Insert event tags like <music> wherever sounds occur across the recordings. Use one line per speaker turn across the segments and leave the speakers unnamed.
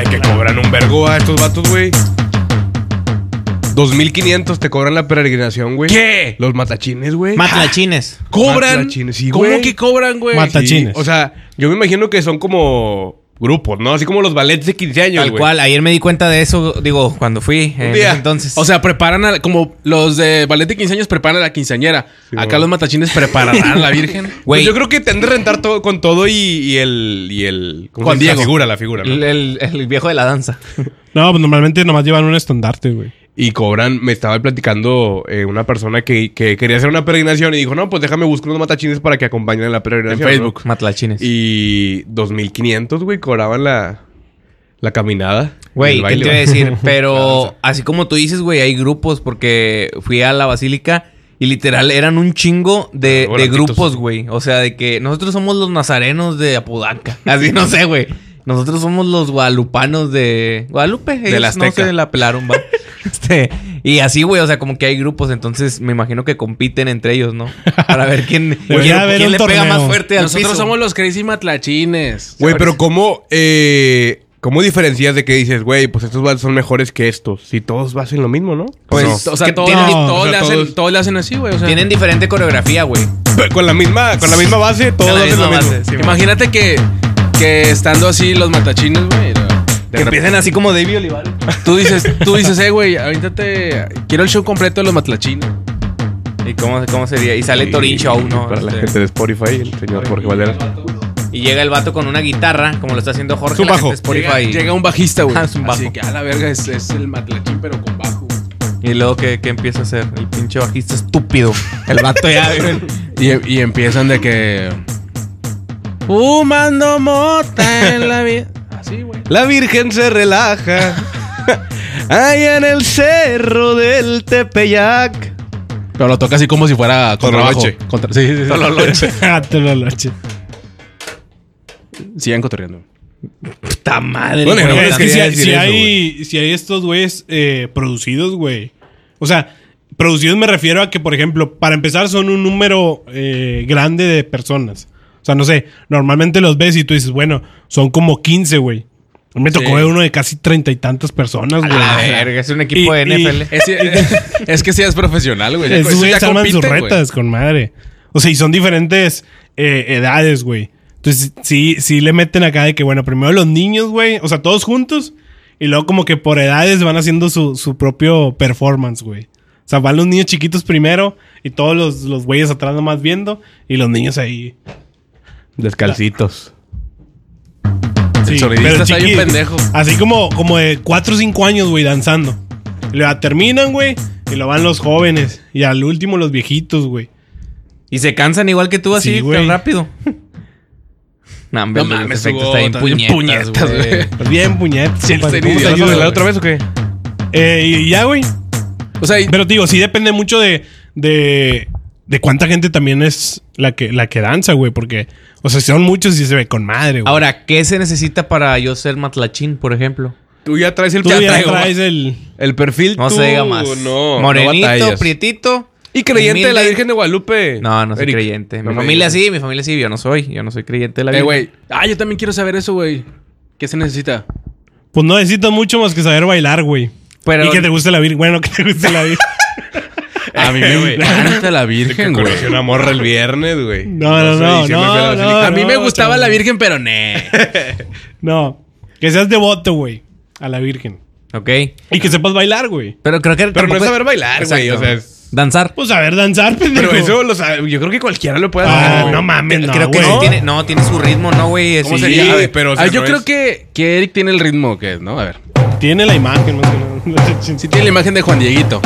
Es que cobran un vergo a estos vatos, güey. 2.500 te cobran la peregrinación, güey.
¿Qué?
Los matachines, güey.
<laughs> Matlachines.
Ah,
¿Cobran?
Matlachines, sí,
¿Cómo
güey.
que cobran, güey?
Sí,
Matachines.
O sea, yo me imagino que son como grupos, ¿no? Así como los ballets de 15 años,
Tal
güey.
cual, ayer me di cuenta de eso, digo, cuando fui. eh, en
día.
ese Entonces.
O sea, preparan a, como los de ballet de 15 años preparan a la quinceañera. Acá
güey.
los matachines prepararán a la virgen.
Pues
güey,
yo creo que te han de rentar todo con todo y, y el. Y el ¿cómo
Juan
se dice? La
Diego.
figura, la figura. ¿no?
el, el- el viejo de la danza.
No, pues normalmente nomás llevan un estandarte, güey. <laughs>
Y cobran, me estaba platicando eh, una persona que, que quería hacer una peregrinación y dijo, no, pues déjame buscar unos matachines para que acompañen a la peregrinación. ¿no?
Facebook.
Matlachines.
Y 2.500, güey, cobraban la, la caminada.
Güey,
El
¿qué
baile,
te iba a
güey.
decir? Pero así como tú dices, güey, hay grupos porque fui a la basílica y literal eran un chingo de,
Luego
de
ratitos.
grupos, güey. O sea, de que nosotros somos los nazarenos de Apodaca. <laughs> Así no sé, güey. Nosotros somos los guadalupanos de Guadalupe. Ellos
la
no
Azteca.
se la pelaron,
<laughs>
va. Este, y así, güey, o sea, como que hay grupos, entonces me imagino que compiten entre ellos, ¿no? Para ver
<laughs>
quién,
Debería
quién-
haber
quién
un
le pega
torneo.
más fuerte al
Nosotros
piso.
somos los crazy matlachines.
<laughs> Güey, pero ¿cómo, eh, ¿cómo diferencias de que dices, güey, pues estos vatos son mejores que estos? Si todos hacen lo mismo, ¿no?
Pues,
O sea,
que
todos,
tienen-
todos
o sea,
le hacen,
todos-
todos le hacen así, güey. O sea,
tienen diferente coreografía, güey.
Pero con la misma, con la misma base, todos
Con la
hacen lo
misma
mismo.
base, sí,
Imagínate que, que estando así los matachines, güey. la- de
Que
rep-
empiecen así como David Olivar.
Tú dices, tú dices, eh, güey, ahorita quiero el show completo de los matlachines.
¿Y cómo, cómo sería? Y sale
Y-
Torin Show, ¿no?
Para la
Este,
gente de Spotify, el señor Jorge Valera.
Y llega el vato con una guitarra, como lo está haciendo Jorge.
Su
la gente
bajo.
de
Llega,
Spotify.
llega un bajista, güey.
Ah, es un bajo.
Así que a la verga es, es el matlachín, pero con bajo. güey.
Y luego, ¿qué, qué empieza a hacer? El pinche bajista estúpido. El vato ya.
<laughs> Y, y empiezan de que. Fumando mota en la vida. Así, güey.
La Virgen se relaja. Allá en el cerro del Tepeyac.
Pero lo toca así como si fuera contrabajo.
Tololoche.
Contra- sí, sí, sí.
Ah, te lo lache.
Sigan cotorreando.
¡Puta madre!
Bueno,
güey,
no,
es
la
que si,
neta.
decir
si
eso,
hay, si hay estos güeyes eh, producidos, güey. O sea, producidos me refiero a que, por ejemplo, para empezar son un número eh, grande de personas. O sea, no sé, normalmente los ves y tú dices, bueno, son como 15, güey. Me tocó
Sí.
ver uno de casi treinta y tantas personas, güey.
A la verga, es un equipo
Y-
de
y-
NFL.
Es, es que <laughs> sí es profesional, güey.
Esos
Eso
güeyes
Pues ya
arman sus
compiten, güey.
retas, con madre. O sea, y son diferentes eh, edades, güey. Entonces, sí, sí le meten acá de que, bueno, primero los niños, güey. O sea, todos juntos. Y luego como que por edades van haciendo su, su propio performance, güey. O sea, van los niños chiquitos primero y todos los, los güeyes atrás nomás viendo y los niños ahí.
Descalcitos.
Sí,
sonidista está bien
chiquis.
pendejo.
Así como, como de 4 o 5 años, güey, danzando. Y luego terminan, güey, y lo van los jóvenes. Y al último los viejitos, güey.
Y se cansan igual que tú así,
Sí, güey.
tan rápido. <laughs> no, hombre,
No
los
mames,
efectos
Hugo,
están bien
están bien
puñetas,
puñetas,
güey.
güey.
Pues Bien, puñet.
Sí,
compadre.
el cerillo.
¿Cómo te
Yo
ayudo?
lo-
otra vez o qué?
Eh, y ya, güey.
O sea, y-
Pero te digo, sí depende mucho de, de, de cuánta gente también es la que, la que danza, güey. Porque, o sea, si son muchos y se ve con madre, güey.
Ahora, ¿qué se necesita para yo ser matlachín, por ejemplo?
Tú ya traes el
tú ya
traigo,
traes
va.
el...
El perfil
No
tú,
se diga más.
No, no
Morenito,
batallas.
prietito.
Y creyente de la
humilde.
Virgen de Guadalupe.
No, no soy
Eric.
creyente. Mi
No me
familia
digas.
sí, mi familia sí, yo no soy. Yo no soy creyente de la
eh,
Virgen.
güey. Ah, yo también quiero saber eso, güey. ¿Qué se necesita?
Pues no necesitas mucho más que saber bailar, güey.
Pero-
Y que te guste la virgen. Bueno, que te guste la virgen.
A mí me
encanta la <laughs> Virgen, güey.
Conocí una morra el viernes, güey.
No, no,
soy
no,
diciendo
no,
que la
no.
basílica-
A mí me gustaba
chaval.
la Virgen, pero ne.
no. Que seas devoto, güey. A la virgen.
<laughs> Ok.
Y que sepas bailar, güey.
Pero creo que.
Pero no
tampoco-
es saber bailar, güey.
Exacto.
O sea, es-
Danzar.
Pues saber danzar, pendejo.
Pero eso lo sabe- yo creo que cualquiera lo puede hacer.
Ah,
güey.
no mames, no,
creo que
güey.
no tiene, no, tiene su ritmo, ¿no, güey?
¿Cómo
Sí.
sería? A ver, pero, o sea,
Ah, yo
no
creo
es-
que, que Eric tiene el ritmo que es, ¿no? A ver.
Tiene la imagen, más que nada. <laughs>
Sí tiene la imagen de Juan Dieguito.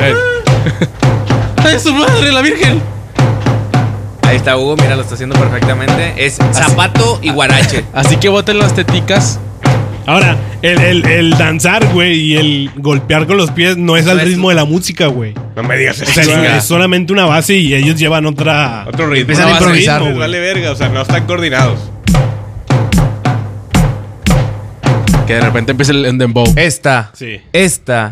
Es-
¡Ay, su madre, la Virgen!
Ahí está Hugo, mira, lo está haciendo perfectamente. Es zapato y
<laughs>
guarache.
Así que boten las teticas.
Ahora, el, el- el danzar, güey, y el golpear con los pies no es al
No es-
ritmo de la música, güey.
No me digas
O
eso.
sea,
chinga.
es solamente una base y ellos llevan otra.
Otro ritmo.
Empiezan a
No,
improvisar,
ritmo,
güey.
Vale verga, o sea, no están coordinados.
Que de repente empieza el el dembow.
Esta.
Sí.
Esta.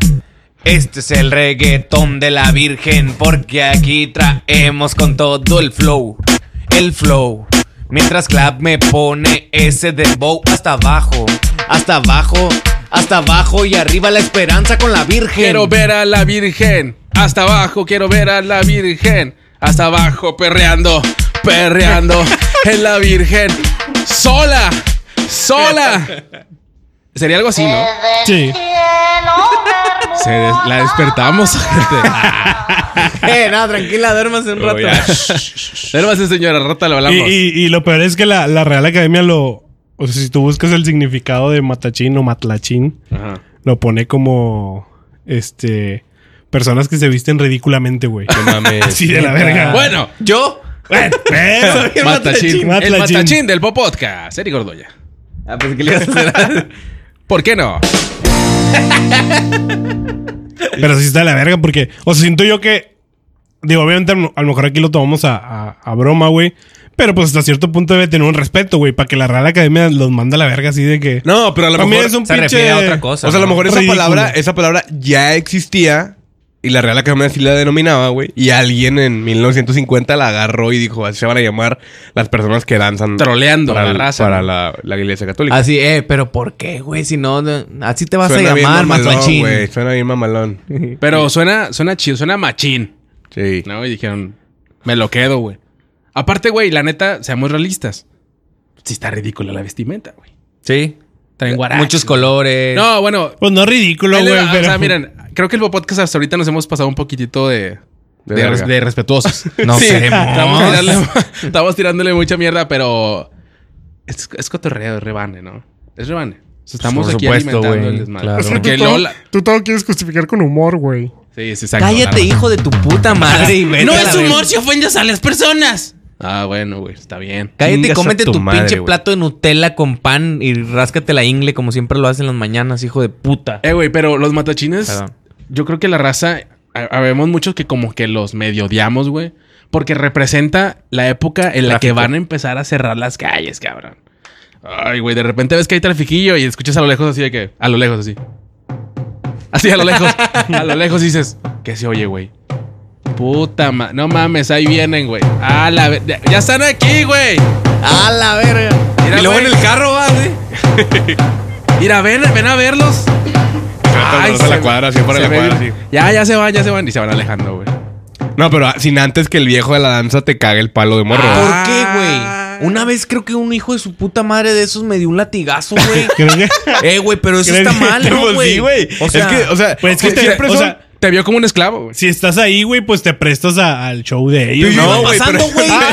Este es el reggaetón de la Virgen, porque aquí traemos con todo el flow. el flow. Mientras Clap me pone ese dembow hasta abajo, hasta abajo, hasta abajo y arriba la esperanza con la Virgen.
Quiero ver a la Virgen. Hasta abajo, quiero ver a la Virgen. Hasta abajo, perreando, perreando. Es la Virgen. Sola, sola. Sería algo así, ¿no?
Sí.
Se des- la despertamos, <laughs> gente.
<laughs> Eh, no, tranquila, duérmase un rato.
Duérmase, señora, rata lo
Y,
hablamos.
y- y lo peor es que la, la Real Academia lo. O sea, si tú buscas el significado de matachín o matlachín,
Ajá.
lo pone como. Este. Personas que se visten ridículamente, güey. <laughs> Así de la verga.
Bueno,
¿Yo?
Bueno, pero-
<laughs>
El
Matachín.
matachín.
El
Matachín.
matachín del Popodcast. Eric Gordoya.
Ah, pues ¿qué le ibas a hacer?
¿Por qué no?
Pero sí está de la verga porque, o sea, siento yo que, digo, obviamente a lo- a lo mejor aquí lo tomamos a, a- a broma, güey. Pero pues hasta cierto punto debe tener un respeto, güey, para que la Real Academia los manda a la verga así de que...
No, pero a lo
También
mejor.
es un
se
pinche...
refiere a otra cosa.
o sea, a lo mejor esa
Ridículo.
palabra, esa palabra ya existía y la Real Academia sí la denominaba, güey. Y alguien en 1950 la agarró y dijo, así se van a llamar las personas que danzan.
Troleando
para
a la raza,
Para
¿no?
la, la Iglesia Católica.
Así, eh, pero ¿por qué, güey? Si no, no, así te vas a
bien
llamar,
mamalón,
Matlachín.
güey, Suena bien mamalón.
Pero suena, suena chido, suena machín.
Sí.
¿No? Y dijeron, me lo quedo, güey. Aparte, güey, la neta, seamos realistas. Sí está ridícula la vestimenta, güey.
Sí.
Traen guaraches.
Muchos colores.
No, bueno.
Pues no es ridículo,
ahí
güey,
le va.
pero...
O sea, miren, creo que el podcast hasta ahorita nos hemos pasado un poquitito de...
De
De,
verga.
res- de respetuosos.
<laughs> No
<laughs>
seremos.
Estamos tirándole, estamos tirándole mucha mierda, pero... Es, es cotorreo, es rebane, ¿no? Es rebane. O sea, estamos
Por
aquí
supuesto,
alimentando
güey,
el desmadre.
claro. Es que
Porque Lola...
tú todo quieres justificar con humor, güey.
Sí, sí, exacto.
Cállate,
Lola.
hijo de tu puta madre. y vete a la verga.
ofendas a las personas. Ah, bueno, güey, está bien.
Cállate y
Chingas a
cómete
tu
tu,
madre,
pinche
güey.
plato de Nutella con pan y ráscate la ingle como siempre lo hacen en las mañanas, hijo de puta.
Eh, güey, pero los matachines,
Perdón.
yo creo que la raza, ha- habemos muchos que como que los medio odiamos, güey. Porque representa la época en la que
Tráfico.
van a empezar a cerrar las calles, cabrón. Ay, güey, de repente ves que hay trafiquillo y escuchas a lo lejos así de que... A lo lejos, así. Así, a lo lejos. a lo lejos dices... ¿Qué se oye, güey? Puta ma... No mames, ahí vienen, güey. Ah, la... ve- Ya están aquí, güey.
¡A la verga!
Mira,
y luego
güey.
en el carro va, güey.
<laughs> Mira, ven, ven a verlos.
Ay,
se-
la cuadra, así para
se
la
ve-
cuadra, así.
Ya, ya se van, ya se van. Y se van alejando, güey.
No, pero ah, sin antes que el viejo de la danza te cague el palo de morro.
Ah,
güey.
¿Por qué, güey? Una vez creo que un hijo de su puta madre de esos me dio un
<laughs>
latigazo, güey.
Creo que...
eh, güey, pero eso
Creo
está
que-
mal,
<laughs>
¿no,
Pues
güey?
sí, güey.
O sea,
es que, o sea,
pues es que
sí,
te-
siempre
o
son-
sea,
Te vio como un esclavo, güey.
Si estás ahí, güey, pues te prestas a- al show de ellos.
No,
güey. <laughs>
güey,
pasando,
pero- <laughs>
güey.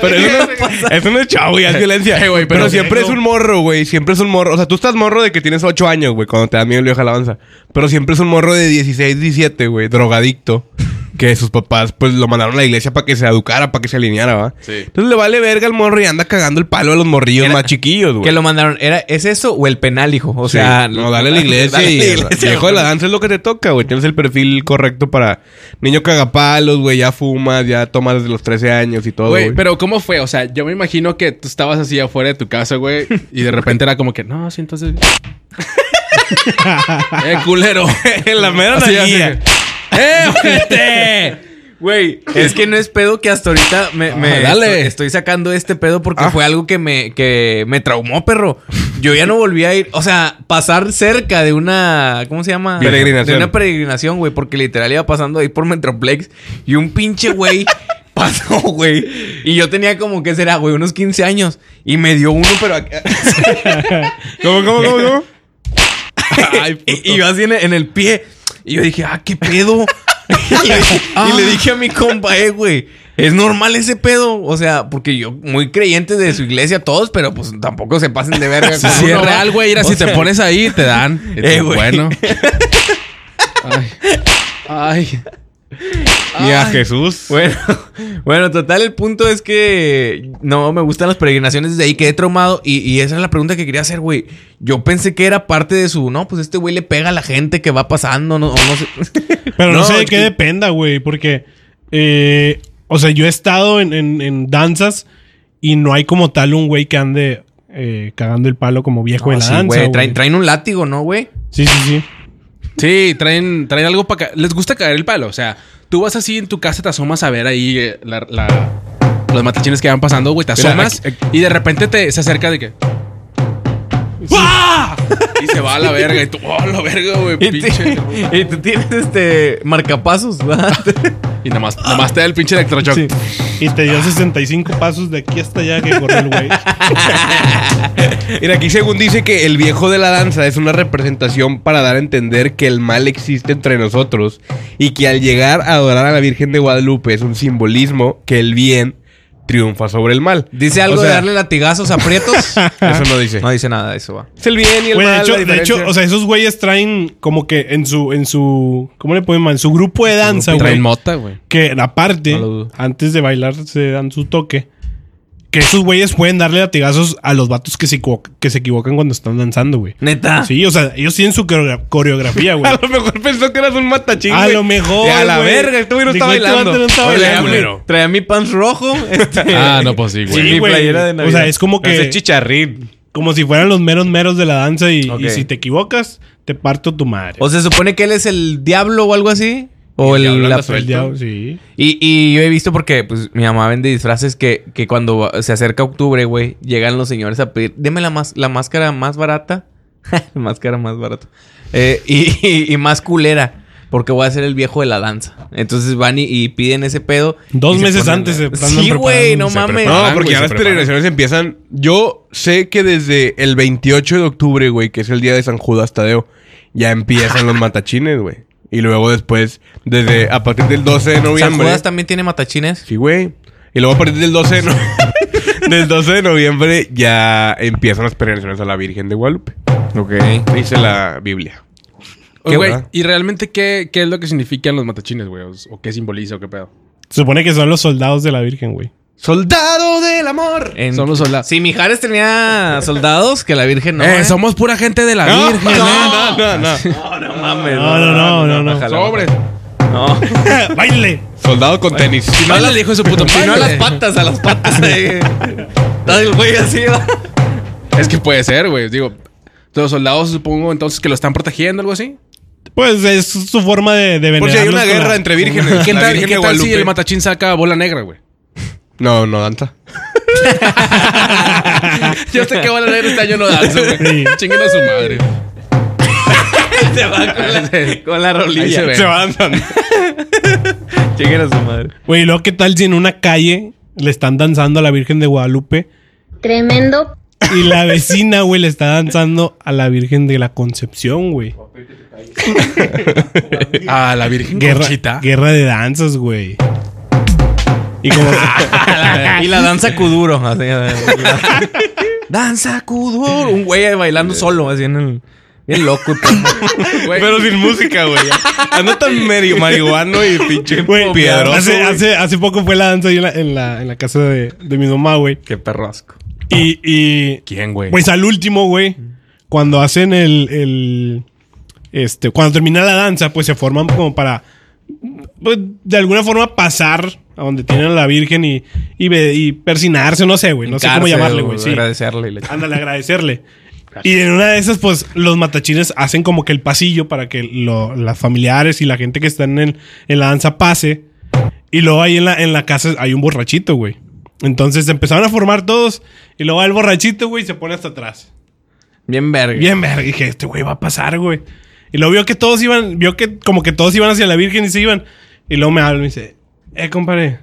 Pero eso no, eso no es chavo, ya es violencia.
Eh, güey,
pero,
pero-
siempre es un morro, güey. Siempre es un morro. O sea, tú estás morro de que tienes 8 años, güey, cuando te da miedo el viejo alabanza. Pero siempre es un morro de 16, 17, güey, drogadicto. Que sus papás, pues, lo mandaron a la iglesia para que se educara, para que se alineara, ¿va?
Sí.
Entonces le vale verga al morro y anda cagando el palo a los morrillos más chiquillos, güey.
Que lo mandaron. Era, ¿Es eso o el penal, hijo? O
Sí.
sea,
no, dale a la iglesia
<laughs> dale a
y
la iglesia,
viejo de la
güey.
danza es lo que te toca, güey. Tienes el perfil correcto para niño cagapalos, güey, ya fumas, ya tomas desde los 13 años y todo,
Güey,
güey.
pero ¿cómo fue? O sea, yo me imagino que tú estabas así afuera de tu casa, güey, y de repente era como que, no, sí, entonces. ¡Eh, culero!
la mera
Así, así
naguilla.
que, ¡Eh, ojete!
Güey, es que no es pedo que hasta ahorita me, me-
Ah, dale.
estoy, estoy sacando este pedo porque
Ah.
fue algo que me, que me traumó, perro. Yo ya no volví a ir, o sea, pasar cerca de una, ¿cómo se llama?
Peregrinación.
De una peregrinación, güey, porque literal iba pasando ahí por Metroplex y un pinche güey <laughs> pasó, güey. Y yo tenía como, ¿qué será, güey? Unos 15 años y me dio uno, pero... acá-
¿Cómo, cómo, cómo, cómo?
Ay, puto. <laughs> y, y yo así en el, en el pie. Y yo dije, ah, qué pedo. <laughs> y, y le dije a mi compa, eh, güey, es normal ese pedo. O sea, porque yo, muy creyente de su iglesia, todos, pero pues tampoco se pasen de verga.
Si,
con
es
uno,
real,
¿va?
güey, mira,
O
si
sea,
te pones ahí, te dan. Y tú,
Eh, güey.
Bueno. Ay. Ay.
Ni a Jesús.
<laughs> Bueno, bueno, total, el punto es que no me gustan las peregrinaciones desde ahí, quedé traumado. Y, y esa es la pregunta que quería hacer, güey. Yo pensé que era parte de su, no, pues este güey le pega a la gente que va pasando, no, o no sé.
Pero no,
No,
sé de
es
qué
que-
dependa, güey, porque, eh, o sea, yo he estado en, en- en danzas y no hay como tal un güey que ande eh, cagando el palo como viejo de
No,
la
sí,
danza.
güey,
güey.
traen, traen un látigo, ¿no, güey?
Sí, sí, sí.
Sí, traen, traen algo para... Les gusta caer el palo. O sea, tú vas así en tu casa, te asomas a ver ahí eh, la, la, por los matachines que van pasando, güey. Te
Mira,
asomas
aquí-
y de repente te, se acerca de que. ¡Ah! Y se va a la verga. Y tú, ¡oh, la verga, güey!
Y, te-
Pinche.
y tú tienes este marcapasos, ¿verdad?
Y nada más, nada más te da el pinche electrochoc.
Sí. Y te dio 65 pasos de aquí hasta allá que corrió el güey.
Mira, aquí según dice que el viejo de la danza es una representación para dar a entender que el mal existe entre nosotros y que al llegar a adorar a la Virgen de Guadalupe es un simbolismo que el bien triunfa sobre el mal.
Dice algo
O sea,
de darle latigazos aprietos.
Eso no dice.
no dice nada de eso, va.
Es el bien y el
Güey, de
mal.
hecho,
la
de hecho,
diferencia.
o sea, esos güeyes traen como que en su, en su, ¿cómo le ponen man? En su grupo de danza, güey.
Traen mota, güey.
Que aparte,
No lo dudo.
antes de bailar se dan su toque. Que esos güeyes pueden darle latigazos a los vatos que se, equivo- que se equivocan cuando están danzando, güey.
Neta.
Sí, o sea, ellos tienen su coreo- coreografía, güey.
<laughs> A lo mejor pensó que eras un matachín.
A
güey.
lo mejor,
Y <laughs> A la
güey.
verga, este güey no
Dijo,
está
este vato
bailando.
no está
Oye,
bailando,
güey.
güey.
Traía mi pants rojo. Este,
Ah, no, pues sí, güey.
Sí,
mi
güey.
playera de
O
Navidad.
sea, es como que
Ese chicharrín.
como si fueran los meros meros de la danza y, y
Ok.
si te equivocas, te parto tu madre.
O se supone que él es el diablo o algo así. O el,
diablo anda
la-
sea, el diablo, sí.
Y, y yo he visto porque pues, mi mamá vende disfraces que, que cuando va- se acerca octubre, güey, llegan los señores a pedir, deme la, más, la máscara más barata. <laughs> máscara más barata. Eh, y, y- y más culera. Porque voy a ser el viejo de la danza. Entonces van y, y piden ese pedo.
Dos
y se
meses
ponen-
antes se andan
Sí, güey,
preparando,
no
se
mames.
No,
preparan,
porque
güey,
ya
se
las
preparan.
televisiones empiezan. Yo sé que desde el 28 de octubre, güey, que es el día de San Judas Tadeo, ya empiezan los matachines, güey. Y luego después, desde a partir del 12 de
¿San
noviembre.
Judas también tiene matachines?
Sí, güey. Y luego a partir del 12 de noviembre, <laughs> del 12 de noviembre ya empiezan las peregrinaciones a la Virgen de Guadalupe.
Ok.
Dice la Biblia.
Oye, güey,
¿verdad?
¿y realmente qué, qué es lo que significan los matachines, güey? ¿O- ¿O qué simboliza o qué pedo?
Se supone que son los soldados de la Virgen, güey.
¡Soldado del amor!
Son los soldados.
Si Mijares tenía soldados, que la Virgen no.
eh,
¿eh?
somos pura gente de la Virgen, ¿eh?
No, no, no.
No mames.
No, no, no, no, no.
bájala,
Sobres.
No.
<laughs> ¡Baile!
Soldado con tenis. Ah,
No las dijo de su puto
Si <laughs>
madre.
no a las
güey.
patas, a las patas. eh. Está el güey así, va.
Es que puede ser, güey. Digo, los soldados supongo entonces que lo están protegiendo, algo así.
Pues es su forma de, de
Por si hay
venerarlos
una
con
guerra
la-
entre
¿Y
vírgenes.
qué
la
tal, y
Virgen
qué
de
tal si
Guadalupe.
el matachín saca bola negra, güey?
No, no, danza.
<laughs> Yo sé que bola negra este año no danza, güey.
Sí.
Chinguen a su madre.
Se va con la, con la rolilla.
Ahí se ve.
Se va danzando.
Lleguen a su madre.
Güey, ¿y luego qué tal si en una calle le están danzando a la Virgen de Guadalupe
Tremendo
y la vecina, <laughs> güey, le está danzando a la Virgen de la Concepción, güey?
A la Virgen
Guerra,
Conchita.
guerra de danzas, güey. Y como... <laughs>
Y la danza Kuduro. así, la- <laughs> danza Kuduro. Un güey ahí bailando solo, así en el. Bien loco. y todo.
Güey,
Pero sin música, güey. Anda tan medio marihuano y pinche
Güey,
piedroso.
hace,
güey.
hace, hace poco fue la danza ahí en la, en la, en la casa de, de mi mamá, güey.
Qué perrasco.
Y, y
¿Quién, güey?
pues al último, güey, cuando hacen el, el- Este, cuando termina la danza, pues se forman como para... pues, de alguna forma pasar a donde tienen a la Virgen y, y, ve- y persinarse, no sé, güey. No sé cómo llamarle, güey. Sí.
Agradecerle. y la-
<laughs> Ándale, agradecerle. Y en una de esas, pues, los matachines hacen como que el pasillo para que lo- las familiares y la gente que está en, el- en la danza pase. Y luego ahí en la, en la casa hay un borrachito, güey. Entonces se empezaron a formar todos. Y luego el borrachito, güey, se pone hasta atrás.
Bien verga.
Bien, verga. Y dije, este güey va a pasar, güey. Y luego vio que todos iban, vio que como que todos iban hacia la Virgen y se iban. Y luego me habla y me dice, eh, compadre,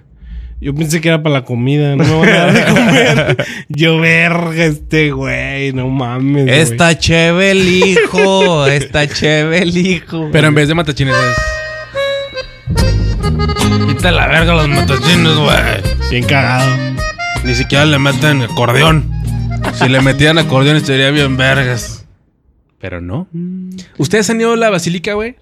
yo pensé que era para la comida, no me van a dar de comer. <laughs> yo, verga, este güey, no mames. güey.
Está chévere el hijo. Está chévere el hijo.
Pero en vez de matachines es...
quita la verga los matachines, güey.
Bien cagado.
Ni siquiera le meten acordeón. Si le metieran acordeón estaría bien vergas. Pero no. Mm. ¿Ustedes han ido a la basílica, güey?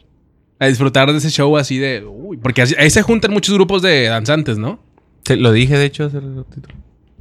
A disfrutar de ese show así de... Uy, porque así- ahí se juntan muchos grupos de danzantes, ¿no?
Lo dije, de hecho, hace ratito.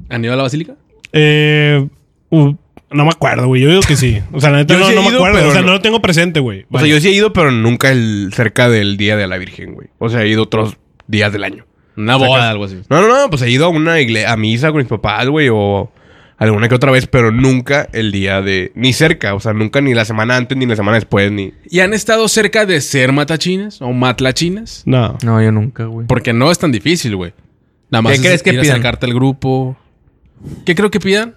¿Han ido a la basílica?
Eh, uh, no me acuerdo, güey. Yo digo que sí. O sea, la neta
Yo
no,
sí he
no me
ido,
acuerdo.
pero
O sea,
no-
no. lo tengo presente, güey.
O sea, yo sí he ido, pero nunca el, cerca del día de la Virgen, güey. O sea, he ido otros días del año.
Una boda, algo así.
No, no, no, pues he ido a una iglesia, a misa con mis papás, güey, o alguna que otra vez, pero nunca el día de. Ni cerca, o sea, nunca ni la semana antes, ni la semana después, ni.
¿Y han estado cerca de ser matachines o matlachinas?
No.
No, yo nunca, güey.
Porque no es tan difícil, güey. Nada más
¿Qué
es
crees que
ir a
pidan?
sacarte al grupo. ¿Qué creo que pidan?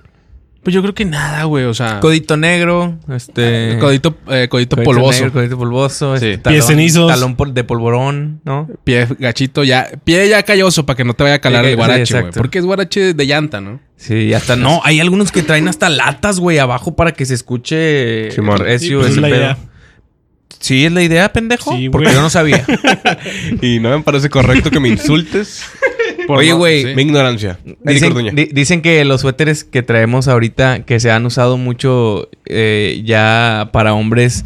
Pues yo creo que nada, güey. O sea,
Codito negro, este.
codito, eh, codito
codito
polvoso.
negro, codito polvoso.
Sí.
este,
Pies
Pies cenizos.
Talón pol- de polvorón, ¿no?
Pie gachito ya. Pie ya calloso para que no te vaya a calar
Sí,
el
sí,
guarache, güey.
exacto.
porque es guarache de llanta, ¿no?
Sí, y hasta. No,
<laughs>
hay algunos que traen hasta latas, güey, abajo para que se escuche
Simón.
Sí,
recio
pues, es
ese
la
pedo.
idea.
Sí, es la idea, pendejo.
Sí,
porque
güey.
yo
<laughs>
no sabía.
Y no me parece correcto que me insultes.
Por
Oye,
no-
güey,
sí.
Mi ignorancia. Eric Orduña.
Dicen, di- dicen que los suéteres que traemos ahorita, que se han usado mucho eh, ya para hombres,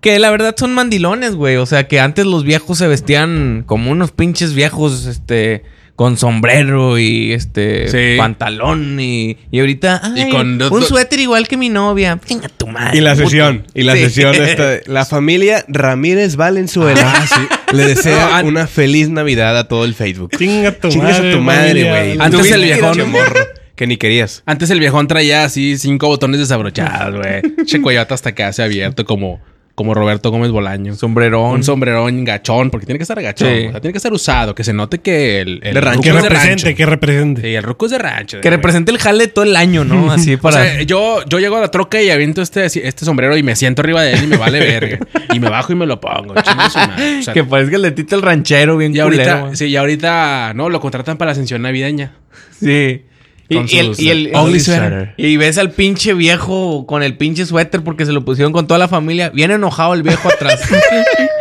que la verdad son mandilones, güey. O sea, que antes los viejos se vestían como unos pinches viejos, este, con sombrero y este,
Sí.
pantalón y, y ahorita,
Y
"Ay,
con
un
otro-
suéter igual que mi novia. Venga tu madre.
Y la
puto".
sesión. Y la
Sí.
sesión
<laughs>
esta de- La familia Ramírez Valenzuela le desea una feliz Navidad a todo
<laughs>
el Facebook.
Chinga tu
Chingas
madre.
a tu madre,
familia. Ah,
güey.
Antes
Tuviste
el viejón.
pinche morro Que ni querías.
Antes el viejón traía así cinco botones desabrochados, <laughs> güey. Che cuellote hasta que hace abierto como, como Roberto Gómez Bolaño.
Sombrerón.
Un sombrerón gachón, porque tiene que estar gachón.
Sí.
O sea, tiene que estar usado, que se note que el, el
De rancho.
ruco
Que
es
represente,
rancho.
que represente.
Sí, el ruco es de rancho.
que
güey.
represente el jale todo el año, ¿no? <laughs> Así
O
para.
sea, yo, yo llego a la troca y aviento este, este sombrero y me siento arriba de él y me vale verga. y me bajo y me lo pongo. chingue su madre.
<laughs>
O sea,
que parezca el de Tito el ranchero, bien
y
culero,
ahorita,
güey.
sí, y ahorita, no, lo contratan para la ascensión navideña.
Sí. Y,
Con
y el,
sus,
y el-
eh, ugly
y-
sweater.
Y ves al pinche viejo con el pinche suéter porque se lo pusieron con toda la familia. Bien enojado el viejo atrás.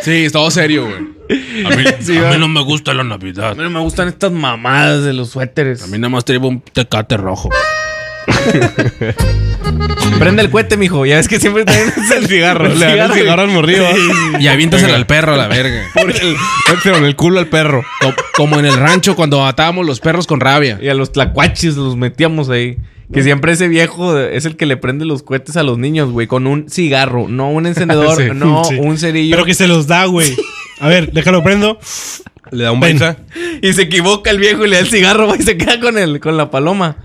Sí, es todo serio, güey. A mí,
<laughs> Sí,
a
va.
mí no me gusta la Navidad.
A mí no me gustan estas mamadas de los suéteres.
A mí nada más traigo un tecate rojo.
Prende el cohete, mijo. Ya ves que siempre traen el cigarro.
Le dan el cigarro al morrillo.
Y aviéntaselo al perro a la verga.
Mételo en el culo al perro.
Co- Como en el rancho cuando matábamos los perros con rabia.
Y a los tlacuaches los metíamos ahí. Que siempre ese viejo es el que le prende los cohetes a los niños, güey. Con un cigarro. No un encendedor.
Sí,
<laughs>
no
sí.
un cerillo.
Pero que se los da, güey. A ver, déjalo prendo.
Le da un
Ven.
beso.
Y se equivoca el viejo y le da el cigarro, <laughs> güey. Y se queda con, el, con la paloma.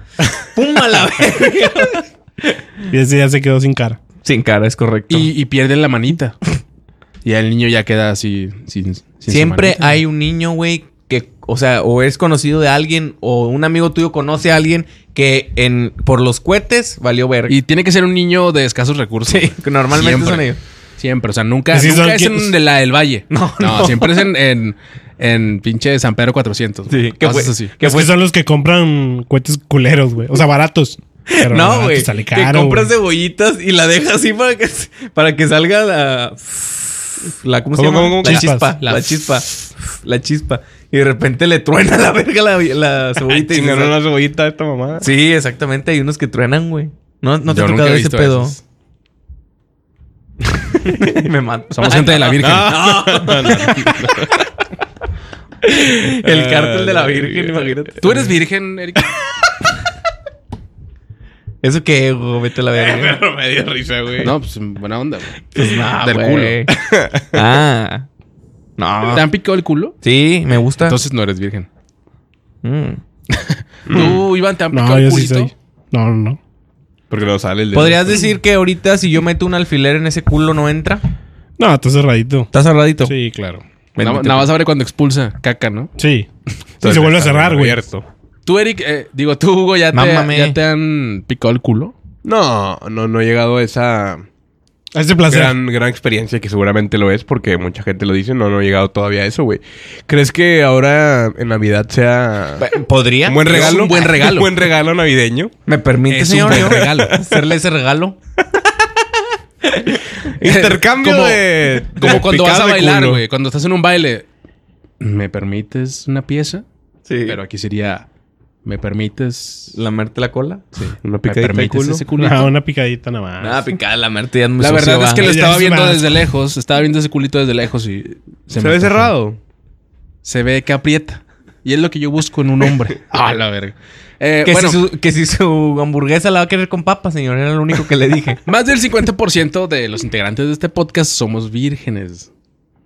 ¡Pum! A la verga.
Y ese ya se quedó sin cara.
Sin cara, es correcto.
Y, y pierden la manita. Y el niño ya queda así sin, sin su
Siempre
manita.
hay un niño, güey, que, o sea, o es conocido de alguien, o un amigo tuyo conoce a alguien que en por los cohetes valió verga.
Y tiene que ser un niño de escasos recursos.
Sí, que normalmente
Siempre.
son ellos.
Siempre, o sea, nunca,
Así
nunca
son
es
quienes-
en de la del Valle. No,
<laughs> no.
siempre es en, en, en pinche San Pedro 400.
Sí, que
cosas
fue-
así.
que
Es
fue-
que son los que compran cohetes culeros, güey. O sea, baratos. Pero
No,
barato
güey.
Sale
Que
caro.
compras
güey.
cebollitas y la dejas así para que, para que salga la. la ¿Cómo, se
¿Cómo,
llama?
cómo, cómo?
La
Chispas.
chispa. La,
La-
chispa. La chispa. Y de repente le truena a la verga la,
<laughs>
la cebollita. y se
Chingaron
sale.
una cebollita a esta mamá. <laughs>
Sí, exactamente. Hay unos que truenan, güey. No, no te
Yo
ha
nunca
tocado
he
ese
visto
pedo.
esos.
<laughs> Me mato.
Somos gente de
<laughs> Ah.
la Virgen.
<laughs>
<laughs>
El cártel de la
Ah,
Virgen,
la
imagínate.
¿Tú eres virgen, Eric?
¿Eso qué, güey? Vete a la
<laughs>
verga.
Pero me dio risa, güey.
No, pues buena onda. güey.
Pues nah,
Del
güey. Ah. No.
¿Te han picado el culo?
Sí, me
Ah.
gusta.
Entonces no eres virgen.
Mm.
Tú, Iván, te han picado
No,
el
yo sí
culito.
soy. No, no, no.
Porque no sale el dedo.
¿Podrías decir que ahorita si yo meto un alfiler en ese culo no entra?
No, está cerradito.
¿Estás cerradito?
Sí, claro.
Nada nada más abre cuando expulsa caca, ¿no?
Sí. Sí,
Entonces,
se vuelve a
está
cerrar, güey.
abierto.
Tú, Eric, eh, digo, tú, Hugo, ya te,
Mámame.
ya te han picado el culo.
No, no, no he llegado a esa
A ese placer.
gran, gran experiencia que seguramente lo es porque mucha gente lo dice. No, no he llegado todavía a eso, güey. ¿Crees que ahora en Navidad sea
¿Podría?
un buen regalo? <laughs>
un buen regalo.
un buen regalo navideño.
¿Me permite,
Es un
señor?
buen
yo
regalo.
<laughs> ¿Hacerle ese regalo?
Intercambio
Como-
de.
Como
de
cuando vas
picadas
a
de
bailar,
culo.
güey. Cuando estás en un baile. ¿Me permites una pieza?
Sí.
Pero aquí sería... ¿Me permites...?
¿Lamerte la cola?
Sí.
Una
¿Me
picadita de
permites
culo?
ese culito?
Ah, una picadita nada más.
Nada, picada, lamerte ya es muy
La
sucio,
verdad es
va.
que lo
Ya
estaba
es
viendo
más.
desde lejos. Estaba viendo ese culito desde lejos y...
¿Se,
me
ve
antojó.
cerrado?
Se ve que aprieta. Y es lo que yo busco en un <laughs> hombre. ah, la verga. Eh,
Que,
bueno,
si su, que si su hamburguesa la va a querer con papa, señor. Era lo único que le dije.
<laughs> más del 50% de los integrantes de este podcast somos vírgenes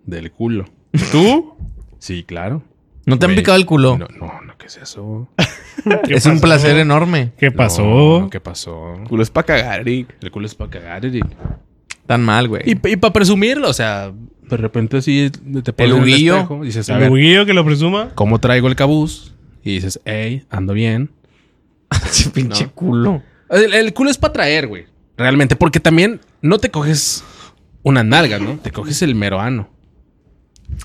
del culo.
¿Tú?
Sí, claro.
¿No te han
Güey,
picado el culo?
No, no, no, ¿qué es eso?
¿Qué
Es un
pasó?
placer enorme.
¿Qué
No,
pasó?
no, ¿Qué pasó?
Culo es para cagar, Eric.
El culo es para cagar, Eric.
Tan mal, güey.
Y, y para presumirlo, o sea, Ah, de repente así te pones
El
en
huguillo.
espejo y dices, a
El
ver,
buguillo que lo presuma.
¿cómo traigo el cabuz? y dices, hey, ando bien.
<laughs> Ese pinche culo.
El, el culo es para traer, güey. Realmente, porque también no te coges unas nalgas, ¿no? Te coges el mero ano.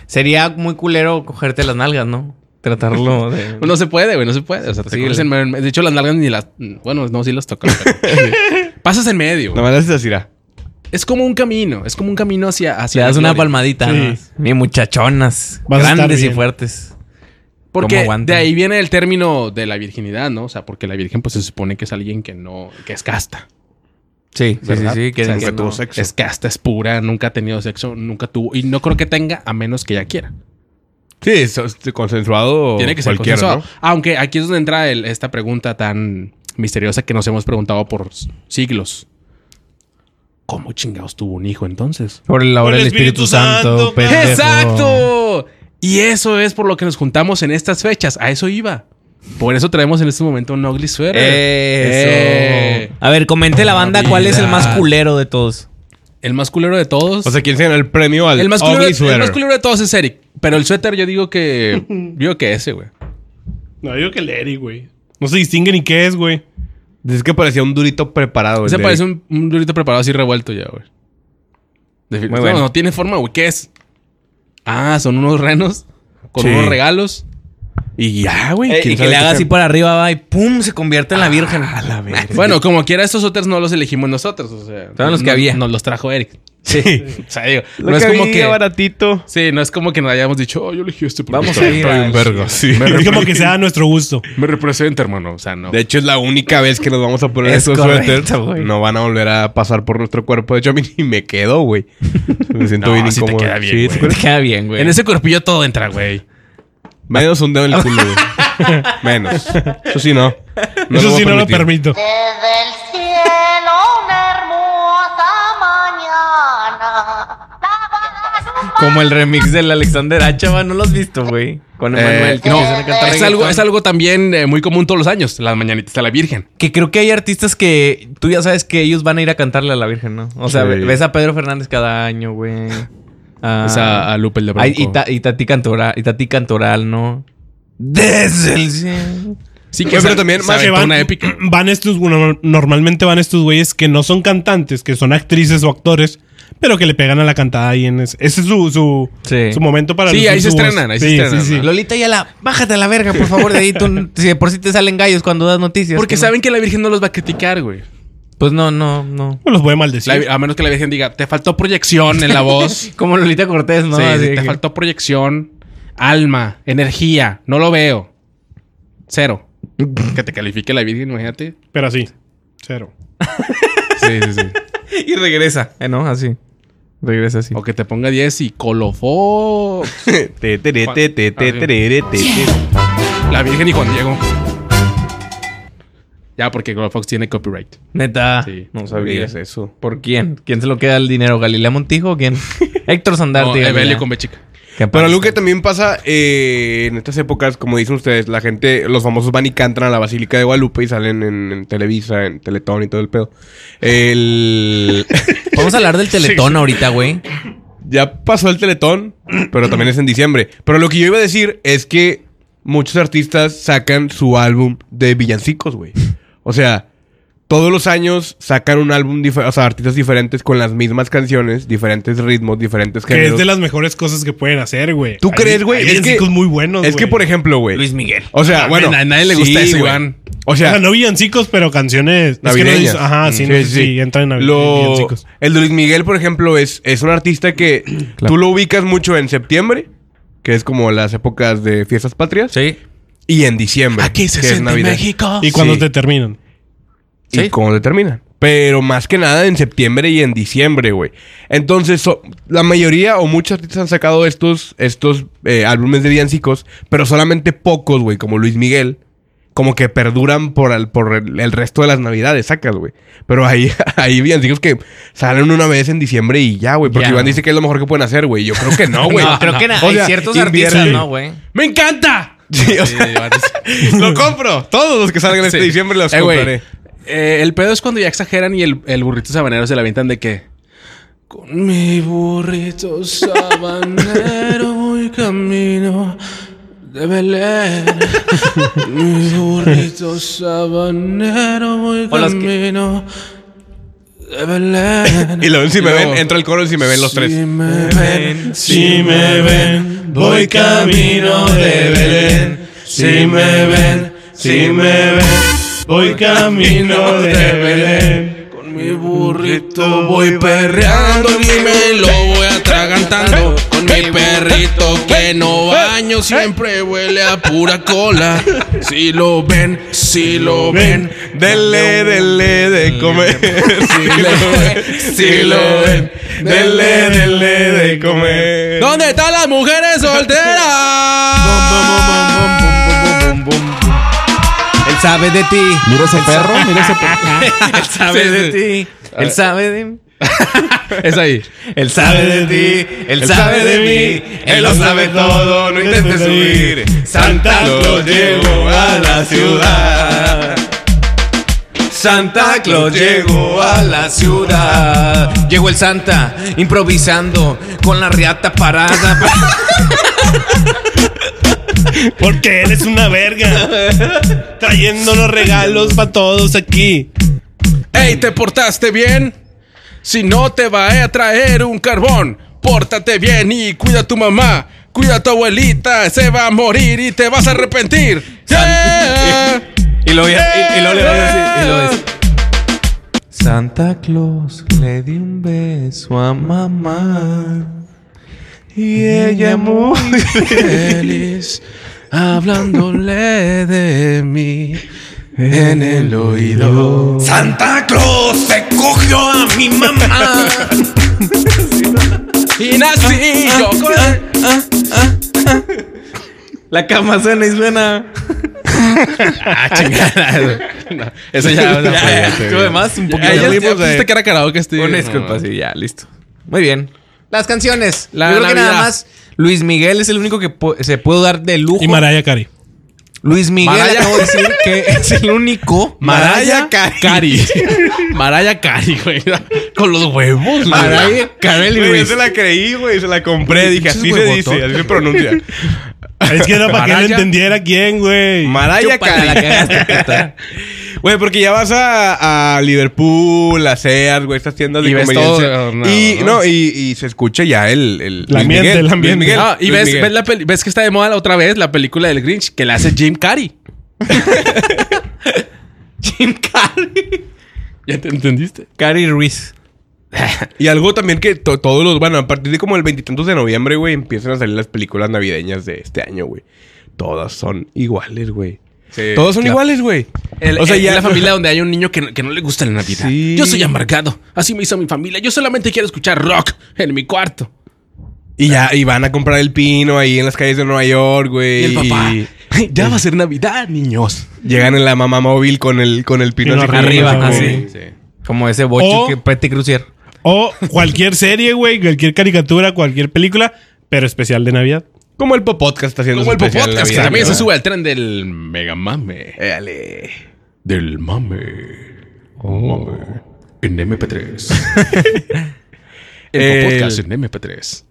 Sería muy culero cogerte las nalgas, ¿no? <laughs> Tratarlo de.
Pues No se puede, güey, no se puede. O sea, te
Imposible.
coges el mero. De hecho, las nalgas ni las. Bueno, no, sí las tocas. <laughs> pero- Pasas en medio. güey.
Nada más así, irá.
Es como un camino. Es como un camino hacia. hacia
Le das
la
una
gloria.
palmadita.
Sí.
¿no? Ni muchachonas.
Vas a estar
grandes y
bien.
fuertes. ¿Cómo
Porque
aguantan?
de ahí viene el término de la virginidad, ¿no? O sea, porque la virgen, pues se supone que es alguien que no. que es casta.
Sí, sí, sí,
¿Verdad?
sí. Que
O sea,
que
Nunca
no.
tuvo sexo.
Es casta, es pura, nunca ha tenido sexo, nunca tuvo. Y no creo que tenga a menos que ella quiera.
Sí, es, es consensuado.
Tiene que ser
cualquiera,
consensuado.
¿no?
Aunque aquí es donde entra el- esta pregunta tan misteriosa que nos hemos preguntado por s- siglos. ¿Cómo chingados tuvo un hijo entonces?
Por el labor
Por el
del Espíritu,
Espíritu
Santo,
Santo,
pendejo.
¡Exacto! Y eso es por lo que nos juntamos en estas fechas. A eso iba. Por eso traemos en este momento un ugly sweater. Eh.
Eso. A ver, comente la banda cuál es el más culero de todos.
El más culero de todos.
O sea, ¿quién se ganó el premio al
el, más culero,
Ugly
el más
Sweater?
culero de todos es Eric. Pero el suéter yo digo que... yo digo que ese, güey.
No, yo digo que el Eric, güey. No se distingue ni qué es, güey.
Dices que parecía un durito preparado. el
Ese
de-
parece un, un durito preparado así revuelto ya, güey. Defi-
Muy
no,
bueno.
no tiene forma, güey. ¿Qué es? Ah, son unos renos con
Sí.
unos regalos. Y ya, güey.
Eh,
¿quién
y que
sabe
le
qué
haga así
sea?
para arriba, va, y pum, se convierte en la Virgen. este A la
Bueno, como quiera, estos suéteres no los elegimos nosotros. O sea,
Fueron los que
no-
había.
Nos Ah, los trajo Eric.
Sí.
<laughs> O sea, digo,
Lo
no es como
había,
que.
baratito.
Sí, no es como que nos hayamos dicho, oh, yo elegí este porque
Vamos
está-
a ir
está
a-
bien
<laughs>
verga, sí. Me,
Es
repre-
como que sea a nuestro gusto.
me representa, hermano. O sea, no.
De hecho, es la única vez que nos vamos a poner
Es
esos
correcto,
suéteres.
güey.
No van a volver a pasar por nuestro cuerpo. De hecho, a mí ni me quedó, güey. Me siento
No,
bien
sí te
incómodo.
queda bien, güey.
acuerdas?
queda bien, güey.
en ese cuerpillo todo entra, güey.
Menos un dedo en el culo, <laughs> güey. Menos. Eso sí no. No
Eso
voy a
sí no lo permito.
permitir.
Desde el cielo una hermosa mañana.
Como el remix del Alexander Hacha, va, no lo has visto, güey. Con
Eh,
Emanuel. que
no,
empiezan a cantar
es algo,
reggaetón.
es algo también eh, muy común todos los años. Las mañanitas a la Virgen.
Que creo que hay artistas que tú ya sabes que ellos van a ir a cantarle a la Virgen, ¿no? O sea,
Sí.
ve- ves a Pedro Fernández cada año, güey. Ah,
Es a, a Lupe el de
ay,
Bronco.
y, ta- y Tati Cantoral, y Tati Cantoral, ¿no? Desde el cielo.
Sí,
Güey, pero
sal-
también,
se
más
aventó
van,
una épica.
van estos, bueno, normalmente van estos güeyes que no son cantantes, que son actrices o actores, pero que le pegan a la cantada ahí en ese. Ese es su, su,
Sí.
su momento para
Sí,
lucir
ahí se
su voz.
estrenan, ahí se
Sí,
estrenan,
sí, sí.
¿no?
Lolita Yala, bájate a la verga, por favor, de ahí tú, <laughs> si de por sí te salen gallos cuando das noticias.
Porque
que no-
saben que la Virgen no los va a criticar, güey.
Pues no, no, no.
Pues los puede
La-
maldecir.
a menos que la Virgen diga, te faltó proyección en
<laughs>
la voz.
Como Lolita Cortés, ¿no?
Sí,
Así
te
que-
faltó proyección, alma, energía. No lo veo. Cero. que te califique la Virgen, imagínate.
Pero así. Cero.
Sí, sí, sí.
Y regresa. Eh, no, así. Regresa así.
<laughs> O que te ponga 10 y colofó.
<laughs> Te, te, te, te, te, te, te, te, te.
La Virgen y Juan Diego. Ya, porque Fox tiene copyright.
Neta.
Sí.
No
Digas eso.
¿Por quién? ¿Quién se lo queda el dinero? ¿Galilea Montijo o
<laughs>
quién? Héctor
No,
Sandarte.
Evelio con Bechica.
Pero algo que también pasa eh, en estas épocas, como dicen ustedes, la gente, los famosos van y cantan a la Basílica de Guadalupe y salen en, en Televisa, en Teletón y todo el pedo. <laughs> El...
Vamos a hablar del Teletón ahorita, güey.
ya pasó el Teletón, pero también es en diciembre. Pero lo que yo iba a decir es que muchos artistas sacan su álbum de villancicos, güey. O sea, todos los años sacan un álbum, dife- o sea, artistas diferentes con las mismas canciones, diferentes ritmos, diferentes
Que es
géneros.
de las mejores cosas que pueden hacer, güey.
¿Tú
Hay-
crees, güey?
hay
Es que-
villancicos muy buenos,
es que,
güey.
por ejemplo, güey.
Luis Miguel.
O sea,
Mames,
bueno.
a nadie le gusta eso,
güey.
Iván.
O
O
sea,
sea, no villancicos, pero canciones Es que no
navideñas.
dices- ajá, sí,
Mm.
no sé si entran en navi-
Lo-
villancicos.
El de Luis Miguel, por ejemplo, es, es un
<clears throat>
artista que tú lo ubicas mucho en septiembre, que es como las épocas de fiestas patrias,
Sí.
y en diciembre,
Aquí se
que es
siente
Navidad.
México.
Y cuando
Sí.
te terminan.
Y
Sí.
cómo se termina. Pero más que nada en septiembre y en diciembre, güey. Entonces, so- la mayoría o muchos artistas han sacado estos, estos eh, álbumes de villancicos, pero solamente pocos, güey, como Luis Miguel, como que perduran por el, por el, el resto de las navidades, sacas, güey. Pero hay, <laughs> hay villancicos que salen una vez en diciembre y ya, güey. Porque
Ya.
Iván dice que es lo mejor que pueden hacer, güey. Yo creo que no, güey.
No, creo que na-
O
hay
sea,
ciertos
invierte-
artistas, ¿no, güey?
¡Me encanta!
<laughs> Sí, o sea, <laughs> lo compro. Todos los que salgan este
Sí.
diciembre los
Eh, güey,
compraré.
eh, el pedo es cuando ya exageran y el, el burrito sabanero se la avientan de que. Con mi burrito sabanero voy camino de Belén. mis burritos sabanero voy
O las que-
camino de Belén.
Y luego, si me
luego,
ven, entro al coro y si me ven los tres.
Si me ven,
Si me ven, voy camino de Belén. Si me ven, si me ven, voy camino de Belén.
Con mi burrito voy perreando y me lo voy atragantando. Con mi perrito que no baño siempre huele a pura cola. Si lo ven, si lo ven,
Dele, dele de comer. Si lo ven, si lo ven. Dele, dele de comer.
¿Dónde están las mujeres solteras?
Él sabe de ti.
Mira ese perro, mira ese
Ah,
perro.
<laughs> Él sabe
Sí,
de
sí.
ti. Él sabe de mí.
Es ahí.
Él sabe de ti. Él sabe de mí. Él lo sabe todo. No intentes huir. Santa Claus llegó a la ciudad. Santa Claus llegó a la ciudad. Llegó el Santa improvisando con la riata parada.
Porque eres una verga. <laughs> Trayendo los regalos para todos aquí.
Ey, ¿te portaste bien? Si no, te va a traer un carbón. Pórtate bien y cuida a tu mamá. Cuida a tu abuelita, se va a morir y te vas a arrepentir. Yeah.
Y lo, y, y luego le voy a decir- y luego es- Santa Claus le di un beso a mamá. Y ella muy.
feliz hablándole de mí en el oído.
Santa Claus se cogió a mi mamá.
Y nací yo
Ah,
con-
La cama suena y suena. ah, chingada.
Eso ya, no fue,
ya,
ya,
ya, todo demás, un poquito.
Ya, ya,
Salimos
ya,
de-
viste que era karaoke este.
Una disculpa, sí, ya, listo. Muy bien. Las canciones.
La
Yo creo que
Navidad.
nada más Luis Miguel es el único que po- se puede dar de lujo.
Y Maraya Cari.
Luis Miguel
Maraya.
acabo de decir que es el único.
Maraya Cari.
<laughs>
Maraya Cari, güey. Con los huevos, güey.
Maraya Carey
Güey, yo
Luis.
se la creí, güey. Se la compré. Dije, así se
huevotote,
dice, así se pronuncia.
<laughs>
Es que era para que él
Maraya.
entendiera quién, güey.
Maraya
Chúpala, la
Cari.
cagaste, puta.
Güey, porque ya vas a, a Liverpool, a Sears, güey, estas tiendas de
Y ves
conveniencia.
todo, no,
y
no.
no, y, y se escucha ya el, el,
El ambiente, el ambiente.
Luis Miguel,
Ah, y
Luis
ves,
Miguel.
ves, la peli- ves que está de moda otra vez la película del Grinch que la hace Jim Carrey.
Jim Carrey.
<laughs> ¿Ya te entendiste?
Carey Ruiz.
Y algo también que to- todos los. Bueno, a partir de como el veintitantos de noviembre, güey, empiezan a salir las películas navideñas de este año, güey. Todas son iguales, güey. Todas son
claro.
iguales, güey.
o sea, ya la familia donde hay un niño que, no- que no le gusta la Navidad.
Sí.
Yo soy amargado. Así me hizo mi familia. Yo solamente quiero escuchar rock en mi cuarto.
Y ya, y van a comprar el pino ahí en las calles de Nueva York,
Y
güey.
el papá.
y
"Ay, Ya va a ser Navidad, niños.
Llegan en la mamá móvil con el, con el pino
Pino
así
arriba,
como-
así. Como ese bocho
O-
que Petty Crucier.
O cualquier serie, güey, cualquier caricatura, cualquier película, pero especial de Navidad.
Como el podcast está haciendo
Como el
su especial
podcast que
navideño,
también se
¿verdad?
sube al tren del mega mame.
Dale.
Del mame. Mame. En <laughs> MP3. el,
El-
podcast en MP3.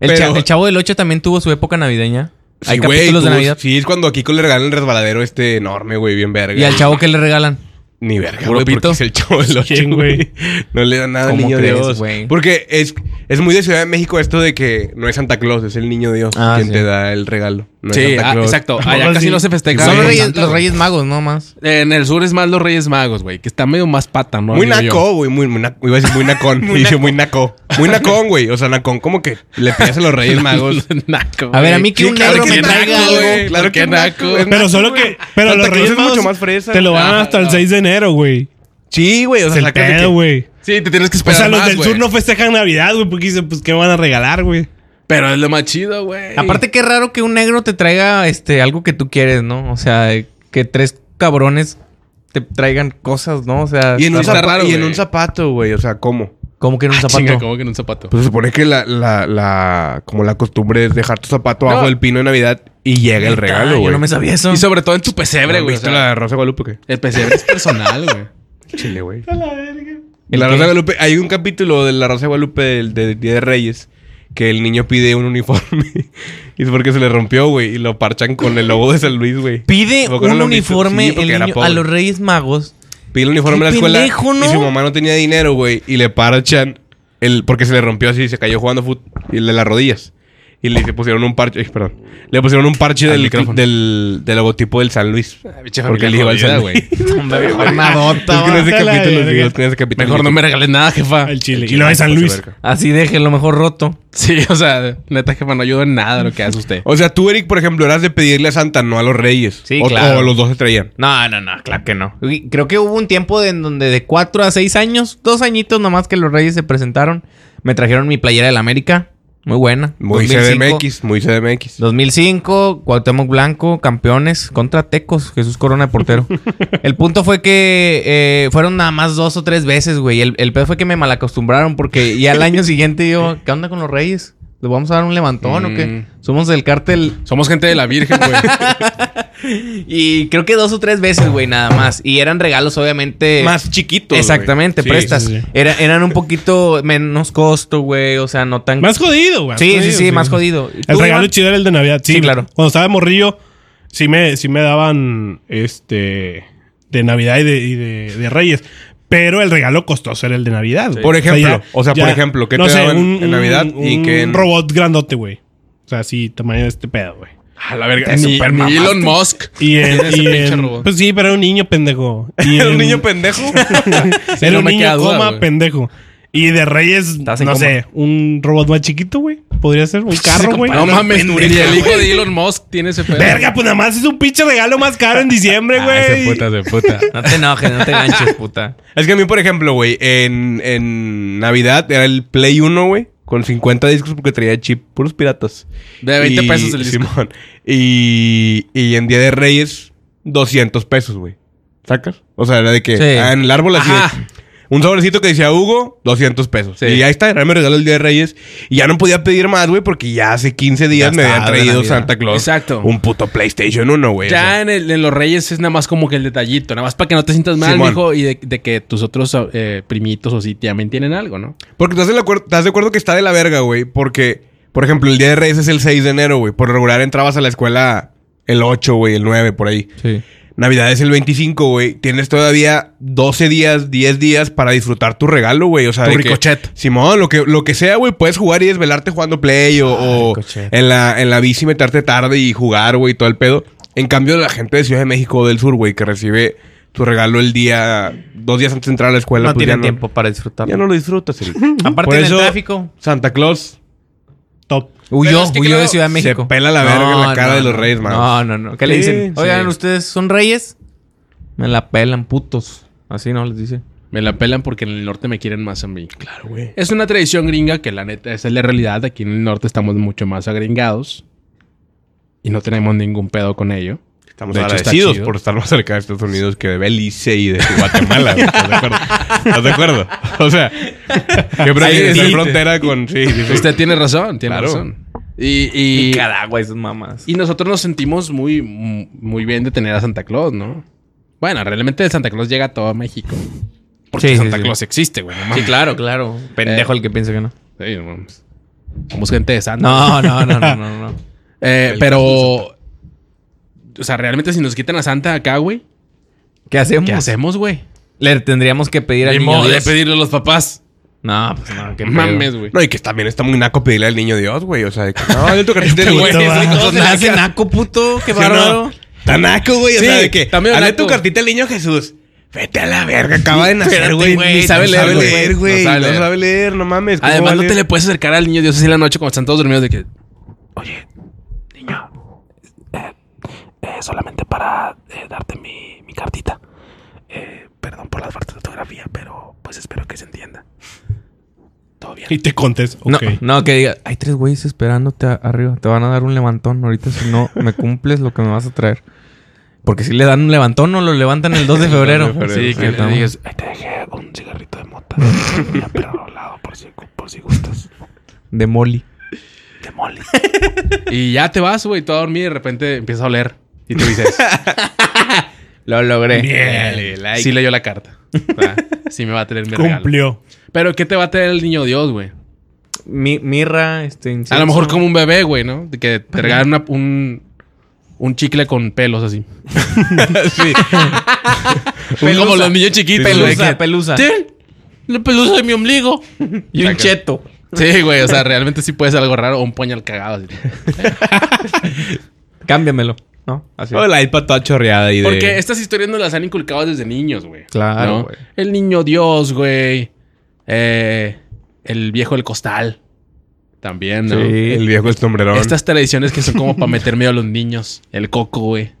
El,
Pero-
cha- el Chavo del 8 también tuvo su época navideña. Hay
Sí, güey,
capítulos
tú-
de Navidad.
Sí, es cuando a Kiko le regalan el resbaladero este enorme, güey, bien verga.
¿Y al chavo que le regalan?
Ni verga,
Puro
güey, porque
pito.
es el chavo del ocho,
¿Quién, güey?
güey. No le da nada al
¿Cómo
niño
crees,
Dios.
güey?
Porque es, es muy de Ciudad de México esto de que no es Santa Claus, es el niño Dios
Ah,
quien
sí.
te da el regalo. No es
sí,
Santa
ah,
Claus.
exacto. Allá
Ahora
casi
sí.
no se festeja.
Son los
Santa,
reyes, los
güey.
reyes magos, no más.
En el sur es más los Reyes Magos, güey. Que está medio más pata, ¿no?
Muy
Digo yo.
naco, güey. Muy, muy naco. Iba a decir muy
<laughs>
nacón. muy, muy naco. Muy nacón, güey. O sea, nacón como que le pides a los Reyes <laughs>
<laughs>
Magos.
naco.
A ver,
güey.
a mí que
Sí,
un
claro
negro
que
me
es naco,
traiga
güey.
algo.
Claro que es naco, güey.
Pero solo que. Pero
Santa
los
Claus
Reyes
es
Magos
mucho más fresa.
Te lo van
Ah,
hasta el
no.
6 de enero, güey.
Sí, güey. O
Es
sea,
el
sacas de
pedo,
que-
güey.
Sí, te tienes que
O
esperar.
sea, los
más,
del
güey.
sur no festejan Navidad, güey, porque dicen, pues, ¿qué me van a regalar, güey?
Pero es lo más chido, güey.
Aparte, qué raro que un negro te traiga este, algo que tú quieres, ¿no? O sea, que tres cabrones te traigan cosas, ¿no? O sea,
Y en, un
Está
zapa-
raro,
y en
güey.
un zapato, güey. O sea, ¿cómo?
como que en un zapato.
Ah, Chinga, como que en un zapato.
Pues se supone que la, la, la, como la costumbre es dejar tu zapato
No.
abajo del pino de Navidad y llega el regalo,
Yo
güey.
no me sabía eso.
Y sobre todo en tu pesebre,
¿No
güey.
¿Viste
o sea,
la Rosa de Guadalupe?
<laughs>
o qué?
El pesebre es personal, güey.
Chile, güey.
la verga.
La Rosa
¿El qué?
de Guadalupe, hay un capítulo de la Rosa de Guadalupe del- de Día de Reyes que el niño pide un uniforme. <laughs> y es porque se le rompió, güey. Y lo parchan con el logo de San Luis, güey.
Pide
Porque no
un
lo han visto.
uniforme
Sí, porque
el
era
niño a
pobre.
los Reyes Magos.
Pide el uniforme
¡Qué
a la escuela.
pendejo, ¿no?
Y su mamá no tenía dinero, güey. Y le parchan el. Porque se le rompió así, se cayó jugando fútbol. Y le las rodillas. Y le se pusieron un parche. ay, Perdón. Le pusieron un parche del,
micrófono.
del, del logotipo del San Luis.
<laughs> pinche
Porque
familia
le iba al
jodida,
San
<laughs>
Luis. Es
Madota,
que en ese
Bájala,
capítulo,
verga.
sí, es que en ese capítulo.
Mejor no me regales nada, jefa.
Al chile. Y lo de San Luis.
Así déjelo mejor roto.
Sí, o sea, neta, jefa, no ayuda en nada de lo que hace usted.
O sea, tú, Eric, por ejemplo, eras de pedirle a Santa, no a los Reyes.
Sí,
o,
claro.
o los dos se traían.
No, no, no, claro que no. Y Creo que hubo un tiempo de- en donde de 4 a 6 años, dos añitos nomás que los Reyes se presentaron, me trajeron mi playera del América, muy buena.
Muy
2005.
CDMX, muy CDMX.
2005, Cuauhtémoc Blanco, campeones contra Tecos, Jesús Corona de
<laughs>
portero. el punto fue que eh, fueron nada más dos o tres veces, güey. El, el pedo fue que me malacostumbraron porque ya
<laughs>
al año siguiente yo, ¿qué onda con los Reyes? ¿Le vamos a dar un levantón o qué?
Mm.
Somos del cártel
Somos gente de la Virgen, güey.
y creo que dos o tres veces, güey, nada más. Y eran regalos, obviamente.
Más chiquitos.
Exactamente,
güey. Sí,
prestas.
sí, sí.
Era- eran un poquito menos costo, güey. O sea, no tan.
Más jodido, güey.
sí, sí, sí, más jodido. ¿Y
El
tú,
regalo
Iván?
chido era el de Navidad. Sí,
Sí, claro.
Cuando estaba morrillo, sí me, sí me daban este de Navidad y de, y de- de Reyes. Pero el regalo costoso era el de Navidad. güey.
Por ejemplo,
ya-
o sea, por
ya,
ejemplo, ¿qué te daban en Navidad y
un
qué en-
robot grandote, güey. O sea, sí, tamaño de este pedo, güey.
A la verga.
Te
Ni,
supermamaste.
ni Elon Musk.
<laughs>
Y, en-
Ese
y
pinche
en-
robot.
pues sí, pero era un niño pendejo. Y
Era <laughs> un
en-
niño pendejo.
Sí,
era
no
un
me
niño
queda duda,
coma
güey.
pendejo. Y de Reyes, no
Estás en coma.
sé, un robot más chiquito, güey. Podría ser
<laughs>
un
<laughs>
carro, güey.
No mames, ni el hijo de Elon Musk tiene ese pedo.
Verga, pues nada más es un pinche regalo más caro en
<laughs>
diciembre,
Ah,
güey.
ese puta, ese puta.
No te enojes, no te
<laughs>
ganches, puta.
Es que a mí, por ejemplo, güey, en, en Navidad era el Play 1, güey, con 50 discos porque traía chip, puros piratas.
De 20 pesos el disco.
Simón. Y, y en Día de Reyes, 200 pesos, güey. ¿Sacas? O sea, era de que
Sí.
ah, en el árbol así. de-
Ajá.
un sobrecito que decía Hugo, 200 pesos.
Sí.
Y ahí está, era mi regalo el Día de Reyes. Y ya no podía pedir más, güey, porque ya hace 15 días
Ya
me
estaba
había
de
traído
Navidad.
Santa Claus.
Exacto.
Un puto PlayStation 1, güey. o sea.
Ya en, el- en los Reyes es nada más como que el detallito, nada más para que no te sientas mal,
Simón.
mijo, y de, de que tus otros eh, primitos o sí también tienen algo, ¿no?
Porque estás de, la cuer- estás de acuerdo que está de la verga, güey. Porque, por ejemplo, el día de Reyes es el 6 de enero, güey. Por lo regular entrabas a la escuela el 8, güey, el 9, por ahí.
Sí.
Navidad es el 25, güey. Tienes todavía 12 días, 10 días para disfrutar tu regalo, güey. O sea,
Tu
de que-
ricochet.
Simón, lo que, lo que sea, güey. Puedes jugar y desvelarte jugando play o, o
Ah, ricochet.
en, la, en la bici meterte tarde y jugar, güey, todo el pedo. En cambio, la gente de Ciudad de México o del Sur, güey, que recibe tu regalo el día, dos días antes de entrar a la escuela.
No
pues, ya
tienen tiempo para disfrutar.
Ya no lo disfrutas, Eric.
<laughs> Aparte
Por
en el
eso-
tráfico.
Santa Claus
Top.
Huyó,
es que
huyó
creo-
de Ciudad de
se
México.
pela la verga en la cara de los Reyes Magos.
No, no, no. ¿Qué le
Sí,
dicen?
sí.
Oigan, ¿ustedes son reyes? Me la pelan, putos. Así no les dice.
Me la pelan porque en el norte me quieren más a mí. Claro, güey. Es una tradición gringa que la neta, esa es la realidad. Aquí en el norte estamos mucho más agringados y no tenemos ningún pedo con ello.
Estamos
De hecho, está
agradecidos
chido.
por estar más cerca de Estados Unidos que de Belice y de Guatemala. güey. ¿Estás de acuerdo? ¿Estás de acuerdo? O sea, yo creo
<laughs> Ahí
que está en
dijiste.
frontera con... Sí, sí, sí.
Usted tiene razón, tiene
Claro.
razón. Y, y,
Nicaragua, esas mamás.
y nosotros nos sentimos muy, muy bien de tener a Santa Claus, ¿no? Bueno, realmente el Santa Claus llega a todo México. Porque
Sí, sí,
Santa
sí.
Claus existe, güey. No mames.
claro, claro. Pendejo
Eh.
el que piensa que no.
Sí, no mames. Somos gente de Santa.
No, no, no, no, no, no.
Eh, pero. O sea, realmente si nos quitan a Santa acá, güey,
¿Qué hacemos?
¿qué hacemos, güey?
Le tendríamos que pedir al
Ni
niño
modo de
Dios.
pedirle a los papás.
No, pues no, qué
Mames,
mames.
güey.
No, y que también está muy naco pedirle al niño Dios, güey. O sea, de que,
<laughs>
no, yo tocaré
Este güey,
puto
es
va.
muy cosa naca.
hace naco, puto, qué bárbaro.
Está naco, güey. O
Sí,
sea, de que...
también
Hazle
naco.
tu cartita al niño Jesús. Vete a la verga. Acaba de nacer,
Espérate,
güey.
güey,
Ni
no
sabe
sabe
leer,
leer,
güey. No
no sabe leer.
sabe leer. No mames. ¿cómo va
Además,
a
no te
leer?
le puedes acercar al niño Dios así en la noche cuando están todos dormidos de que.
Y te contes.
No,
Ok.
no, que diga, hay tres güeyes esperándote a- arriba, te van a dar un levantón ahorita si no me cumples lo que me vas a traer. Porque si le dan un levantón o lo levantan el 2 de febrero.
Sí, que te
Estamos-
digas.
De Molly.
Y ya te vas, güey, tú a dormir y de repente empiezas a oler. Y tú dices,
Lo logré.
"Dale, sí leyó eh, la carta. Ah, sí me va a tener mi regalo.
Cumplió.
Pero ¿qué te va a traer el niño Dios, güey?
mi- mirra, este,
a
incienso.
lo mejor como un bebé, güey, ¿no? De que te regalan una- un, un chicle con pelos así. sí. Un- como los niños chiquitos. güey,
Pelusa,
que-
pelusa.
Sí, La pelusa de mi ombligo.
Y un cheto.
Sí, güey. O sea, realmente sí puede ser algo raro. O un puñal cagado. Así.
Cámbiamelo. ¿No? Así.
O la iPad toda chorreada ahí de...
Porque estas historias nos las han inculcado desde niños, güey.
Claro,
¿no?
güey.
El niño Dios, güey. Eh, el viejo del costal. También, ¿no?
Sí, el viejo es sombrerón.
Estas tradiciones que son como para meter miedo a los niños. El coco, güey.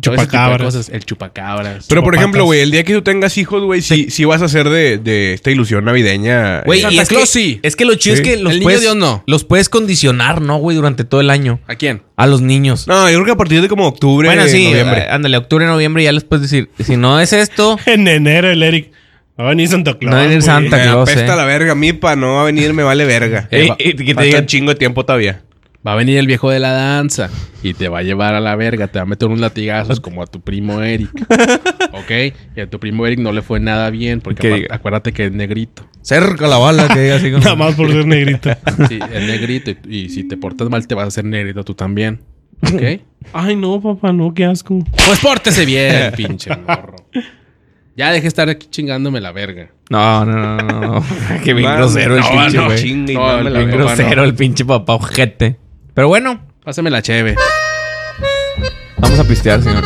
Todo ese tipo de
Chupacabras.
cosas. El chupacabras.
Pero, por
patas.
ejemplo, güey, el día que tú tengas hijos, güey, sí, sí vas a hacer de, de esta ilusión navideña.
Güey,
eh,
y
Santa
es que,
Claus sí.
es que lo chido
Sí.
es que los
El niño
puedes,
Dios no.
los puedes condicionar, ¿no, güey? Durante todo el año.
¿A quién?
A los niños.
No, yo creo que a partir de como octubre,
bueno, sí.
noviembre.
eh, Ándale, octubre, noviembre ya les puedes decir, si no es esto,
En enero el Eric. Va a venir Santa Claus.
No va a venir
güey.
Santa.
Me
Claus,
apesta
eh.
la verga. A mí para no va a venir me vale verga.
<laughs> Ey,
Va-
y que te
va a
digan-
estar chingo de tiempo todavía.
Va a venir el viejo de la danza y te va a llevar a la verga, te va a meter unos latigazos como a tu primo Eric. ¿Ok? Y a tu primo Eric no le fue nada bien porque
Que
apar-
diga.
acuérdate que es negrito.
cerca la
<laughs>
bala que <laughs> diga así como-
Nada más por ser negrito.
<laughs> Sí, es negrito y, y si te portas mal te vas a hacer negrito tú también. ¿Ok?
Ay, no, papá, no, qué asco.
<laughs> Pues pórtese <laughs> bien, pinche morro. Ya dejé de estar aquí chingándome la verga.
No, no, no, no. <laughs> no. que bien
Man,
grosero el
no,
pinche,
no,
güey.
chingue y
No,
mame la
bien
papá,
verga.
grosero el pinche papá ojete. Pero bueno,
Pásame la cheve.
vamos a pistear, señor.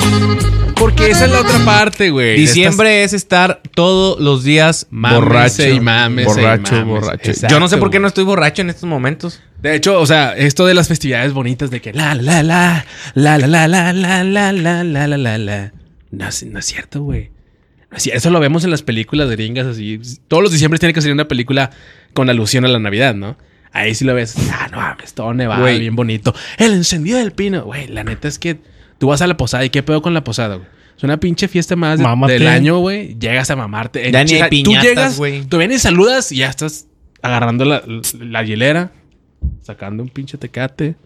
Porque esa es la otra parte, güey.
Diciembre es estar todos los días borracho.
borracho y mames.
Borracho, borracho.
Yo no sé por qué no estoy borracho en estos momentos.
De hecho, o sea, esto de las festividades bonitas de que la la la la la la la la la la la la la la no, es- no es cierto, güey. No es cier- Eso lo vemos en las películas gringas así. Todos los diciembre tiene que salir una película con alusión a la Navidad, ¿no? Ahí sí lo ves. Ah, no mames, todo nevado,
Güey.
bien bonito. El encendido del pino. Güey, la neta es que tú vas a la posada y qué pedo con la posada, güey. Es una pinche fiesta más de-
Mámate.
del año, güey. Llegas a mamarte.
Ya ni hay
Enchi-
piñatas,
tú llegas,
güey.
Tú vienes, saludas y ya estás agarrando la, la hielera sacando un pinche tecate.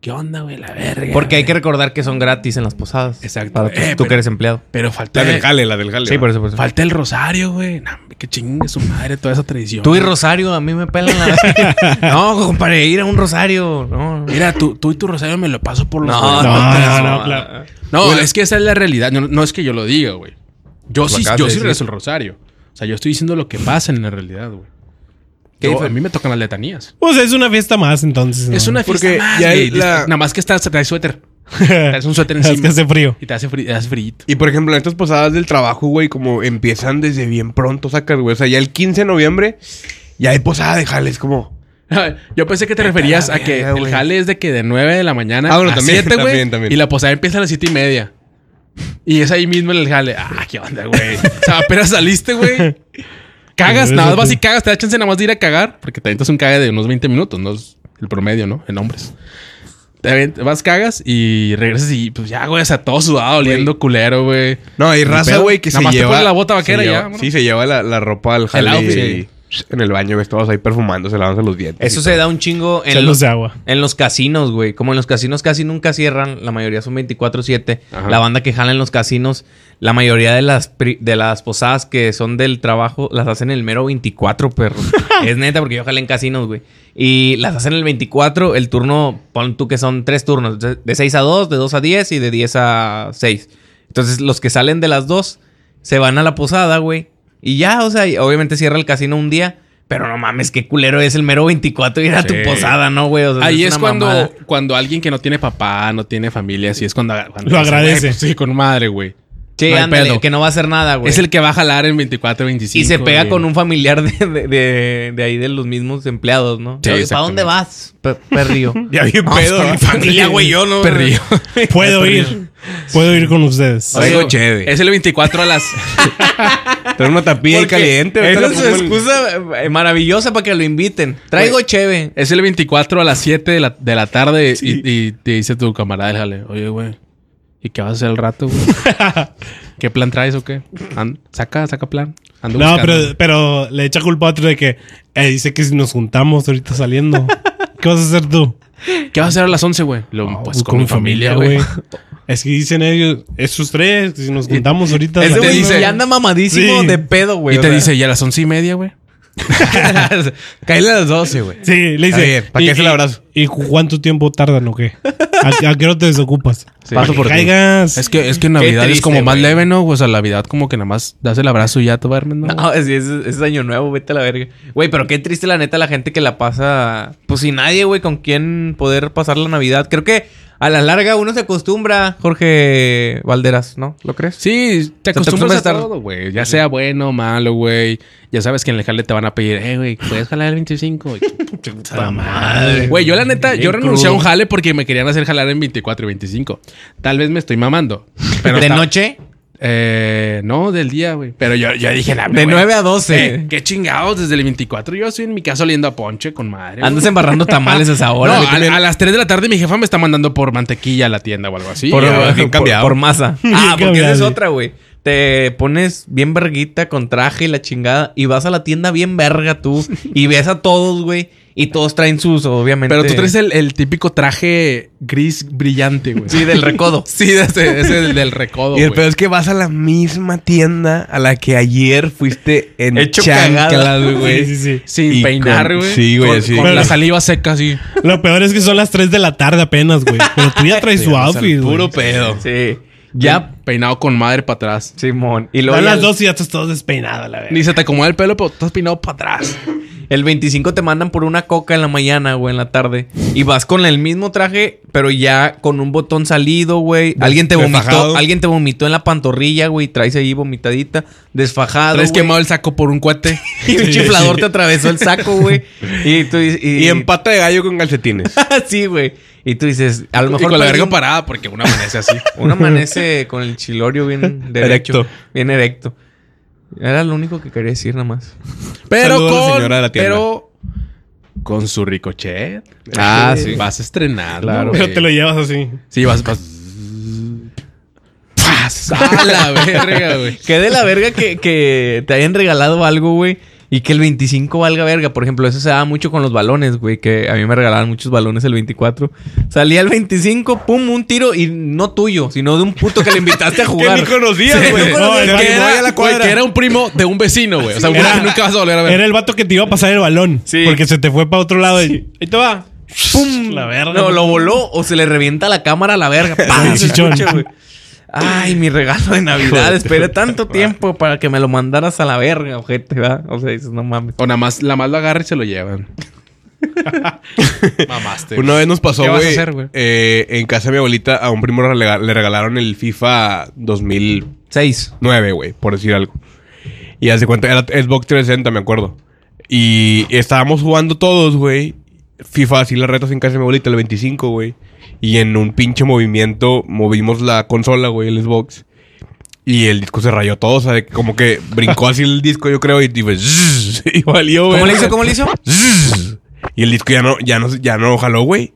¿Qué onda, güey? La verga.
Porque Eh. hay que
güey.
recordar que son gratis en las posadas.
Exacto.
Para tú,
Eh,
tú
pero-
que eres empleado.
Pero falta,
La del jale, la del jale.
Sí,
¿no?
por eso, por eso.
falta el rosario, güey. No, hombre, que chingue su madre toda esa tradición.
Tú y Rosario, a mí me pelan <laughs> la No, compadre, ir a un Rosario. No, no,
Mira, tú, tú y tu rosario me lo paso por los...
no,
huevos.
no, no,
no,
claro.
Ah, No, es que esa es la realidad. No, no es que yo lo diga, güey. Yo sí,
acabas
yo
de
sí
decir.
rezo el rosario. O sea, yo estoy diciendo lo que pasa en la realidad, güey.
¿Qué
Yo-
difer-
A mí me tocan las letanías.
Pues es una fiesta más, entonces.
Es
¿no?
una fiesta
Porque
más,
ya
güey.
la-
Nada más que estás, traes suéter. Traes
<laughs>
un suéter encima.
Es que hace frío.
Y te hace frío. Te hace frío.
Y por ejemplo, en estas posadas del trabajo, güey, como empiezan desde bien pronto, sacas, güey. O sea, ya el 15 de noviembre, ya hay posada de jales, como.
<laughs> Yo pensé que te referías a que
verga,
el
güey.
jale es de que de 9 de la mañana
Ah, bueno,
a
también,
7, güey.
también, también.
Y la posada empieza a las 7 y media. Y es ahí mismo en el jale. Ah, qué onda, güey. o sea, apenas saliste, güey. Cagas,
Regresate.
nada más vas y cagas. Te da chance nada más de ir a cagar. Porque te aventas un cague de unos 20 minutos. No es el promedio, ¿no? En hombres. Te avent- vas, cagas y regresas y pues ya, güey. O sea, todo sudado, oliendo culero, güey.
No, hay
¿Un
raza,
pedo?
güey, que
Nada
se
más te
lleva.
pones la bota vaquera
se
y ya,
lleva-
vámonos.
Sí, se lleva la, la ropa al jale.
outfit.
y- En el baño, ves todos ahí perfumándose, lavándose los dientes.
Eso
y
se da un chingo en
Chelos
los,
de agua.
en los casinos, güey. Como en los casinos casi nunca cierran, la mayoría son 24-7. La banda que jala en los casinos, la mayoría de las, pri- de las posadas que son del trabajo las hacen el mero 24, perro. es neta, porque yo jalé en casinos, güey. Y las hacen el 24, el turno, pon tú que son tres turnos, de de 6 a 2, de 2 a 10 y de 10 a 6. Entonces, los que salen de las 2 se van a la posada, güey. Y ya, o sea, y obviamente cierra el casino un día. Pero no mames, qué culero es el mero 24 ir a tu
Sí.
posada, ¿no, güey? O sea,
Ahí es,
una mamada.
cuando, cuando alguien que no tiene papá, no tiene familia, así es cuando, cuando
Lo
dice,
agradece.
"Güey, pues sí, con madre, güey.
Sí,
No hay
ándale,
pedo.
que no va a hacer nada, güey.
Es el que va a jalar en 24, 25.
y se pega
güey.
con un familiar de, de, de- de ahí de los mismos empleados, ¿no?
Sí,
¿Para
exactamente.
dónde vas, per-
<laughs>
perrío?
Ya bien pedo.
con mi familia, güey, yo no.
perrillo.
Puedo ir. Puedo ir con ustedes.
Oye, Traigo cheve.
Es el 24
<laughs>
a las.
Trae una tapilla ahí caliente.
Esa
ahorita la
es su
pongo en-
excusa eh, maravillosa para que lo inviten. Traigo
Güey.
cheve.
es el 24 a las 7 de la, de la tarde y, y te dice tu camarada, déjale, oye, güey. ¿Y qué vas a hacer al rato, güey? ¿Qué plan traes o qué? An- saca, saca plan. Ando
No,
buscando.
pero, pero le echa culpa a otro de que eh, dice que si nos juntamos ahorita
<laughs>
saliendo, ¿qué vas a hacer tú? "Ah,
¿Qué vas a hacer a las 11, güey? Lo- pues con, mi familia, güey.
Es que dicen ellos, esos tres, que si nos juntamos ahorita.
Ese
Ese
saliendo-
Este güey
dice-
ya anda mamadísimo
Sí.
de pedo, güey.
Y
o
te
sea.
dice, ¿y a las 11 y media, güey?
<laughs> Caíle a las 12, güey.
Sí, le
Está
dice.
bien, ¿para
¿y-
qué se
y-
la abrazo?
¿Y cu- cuánto tiempo tardan o qué? ¿A, a qué hora te desocupas?
Sí.
Para
Paso
que
por ti.
caigas.
Es que, es que Navidad
triste,
es como más
güey.
leve, ¿no? O sea, Navidad como que nada más das el abrazo y ya te duermes, ¿no?
No, es, es, es año nuevo, vete a la verga. Güey, pero qué triste la neta la gente que la pasa. Pues sin nadie, güey, con quién poder pasar la Navidad. Creo que a la larga uno se acostumbra, Jorge Valderas, ¿no? ¿Lo crees?
Sí, te acostumbras
acostumbras
a
a estar-
todo, güey. Ya sea bueno o malo, güey. Ya sabes que en el jale te van a pedir, eh, güey, ¿puedes jalar el 25? Y- <laughs> Puta madre. Güey, yo la neta, yo renuncié a un jale porque me querían hacer jalar en 24 y 25. Tal vez me estoy mamando. Pero
de
está-
noche,
Eh, no, del día, güey. Pero yo, yo dije, la
de 9 a <laughs> 12.
Qué chingados, desde el 24. Yo estoy en mi casa oliendo a ponche con madre. güey.
Andas embarrando tamales a esa hora.
No,
güey,
a-
también.
a, las 3 de la tarde mi jefa me está mandando por mantequilla a la tienda o algo así.
por,
Ya, güey.
bien
por-
cambiado.
por masa.
<laughs> Bien
Ah, porque esa es
cambiado.
otra, güey. Te pones bien verguita con traje y la chingada y vas a la tienda bien verga tú y ves a todos, güey, y todos traen sus, obviamente.
Pero tú traes el, el típico traje gris brillante, güey.
Sí, del recodo.
Sí, de <laughs> ese, ese del, del recodo.
Y el
güey.
peor es que vas a la misma tienda a la que ayer fuiste en
Hecho
chanclas,
cagada.
güey.
Sí, sí, sí.
Sin
y
peinar,
con-
güey.
sí, güey,
Con,
sí.
con la
Pero-
saliva seca, sí.
Lo peor es que son las 3 de la tarde apenas, güey. Pero tú
<laughs>
ya traes
Sí,
su
ya no sale
outfit, güey.
Puro pedo.
Sí.
Ya peinado con madre para atrás.
Simón. Y luego
A
ya
las
el-
2 y ya estás todo despeinado, la verdad.
<laughs> Ni se te acomoda el pelo, pero estás peinado para atrás.
el 25 te mandan por una coca en la mañana, güey, en la tarde. Y vas con el mismo traje, pero ya con un botón salido, güey. Alguien te
Desfajado.
vomitó, alguien te vomitó en la pantorrilla, güey. Traes ahí vomitadita, desfajado.
Traes
güey.
quemado el saco por un cuate.
Y un chiflador te atravesó el saco, güey. Y tú dices. Y,
Y en pata de gallo con calcetines.
sí, güey. Y tú dices, a lo
Y
mejor.
con la
perdí
verga
un-
parada porque uno amanece así.
Uno amanece con el chilorio bien derecho.
Erecto.
Bien erecto. Era lo único que quería decir, nada más.
<laughs> Pero
Saludos a la
con...
señora de la tienda.
pero con su ricochet.
Ah,
eh,
sí.
Vas a estrenar,
Claro.
Pero te lo llevas así.
Sí,
<laughs>
vas... vas... ¡Paz! ¡A la verga, güey!
Qué de la verga <laughs> que, que te hayan regalado algo, güey. Y que el 25 valga verga. Por ejemplo, eso se daba mucho con los balones, güey. Que a mí me regalaban muchos balones el 24. Salía el 25, pum, un tiro. Y no tuyo, sino de un puto que le invitaste a jugar.
Que ni conocías,
Sí,
güey.
<laughs>
no
No,
conocías.
era-
que
Voy
era,
a la
güey,
cuadra.
que era un primo de un vecino, güey. O sea, un
Era-
güey que nunca vas a volver a ver.
Era el vato que te iba a pasar el balón.
Sí.
Porque se te fue para otro lado. Y, ahí te va. ¡Pum! La verga.
No, lo voló o se le revienta la cámara a
<laughs>
la verga. ¡Pam!
Sí,
Se
chichón.
escucha, güey. Ay, mi regalo de Navidad. Esperé tanto tiempo para que me lo mandaras a la verga, ojete, ¿verdad? O sea, dices, no mames.
O nada más, la más lo agarra y se lo llevan. Mamaste.
Una vez nos pasó,
¿Qué vas a
güey.
hacer, güey?
eh, en casa de mi abuelita a un primo relega- le regalaron el FIFA 2009,
Seis.
güey, por decir algo. Y hace cuenta, era Xbox 360, me acuerdo. Y estábamos jugando todos, güey. FIFA, así las retas en casa de mi abuelita, el 25, güey. Y en un pinche movimiento movimos la consola, güey, el Xbox. Y el disco se rayó todo, o sea, de que como que brincó así el disco, yo creo, y, y, fue zzzz, <laughs> y valió, güey.
¿Cómo le hizo? ¿Cómo le hizo?
Zzz. Y el disco ya no, ya no, ya no jaló, güey.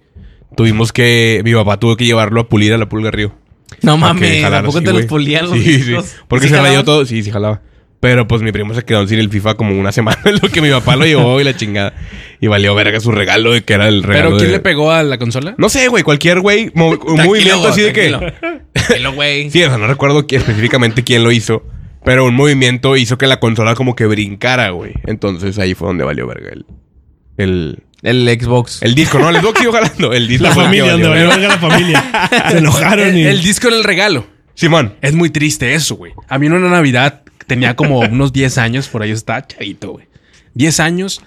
Tuvimos que. Mi papá tuvo que llevarlo a pulir a la pulga río.
No
Para que
mames,
jalara
tampoco
así,
te los
güey.
pulían los
Sí, sí.
discos?
Porque
¿Sí
se rayó
jalaban?
todo. Sí, sí, jalaba. Pero pues mi primo se quedó sin el FIFA como una <laughs> semana, en lo que mi papá lo llevó y la chingada. Y valió verga su regalo de que era el regalo.
¿Pero quién
de-
le pegó a la
<laughs>
consola?
No sé, güey, cualquier güey, mo- un movimiento así de que.
Tranquilo, güey.
Sí, o sea, no recuerdo qui- específicamente quién lo hizo. Pero un movimiento hizo que la consola como que brincara, güey. Entonces ahí fue donde valió verga el. El,
El Xbox.
el disco, ¿no? El Xbox sigo jalando.
<laughs>
El disco.
La
<laughs> fue el que
familia,
valió
donde
verga.
valió verga la familia. Se enojaron
El,
y.
el disco era el regalo.
Simón.
Es muy triste eso, güey. A mí en una Navidad tenía
<laughs>
como unos 10 años, por ahí está chavito, güey. 10 años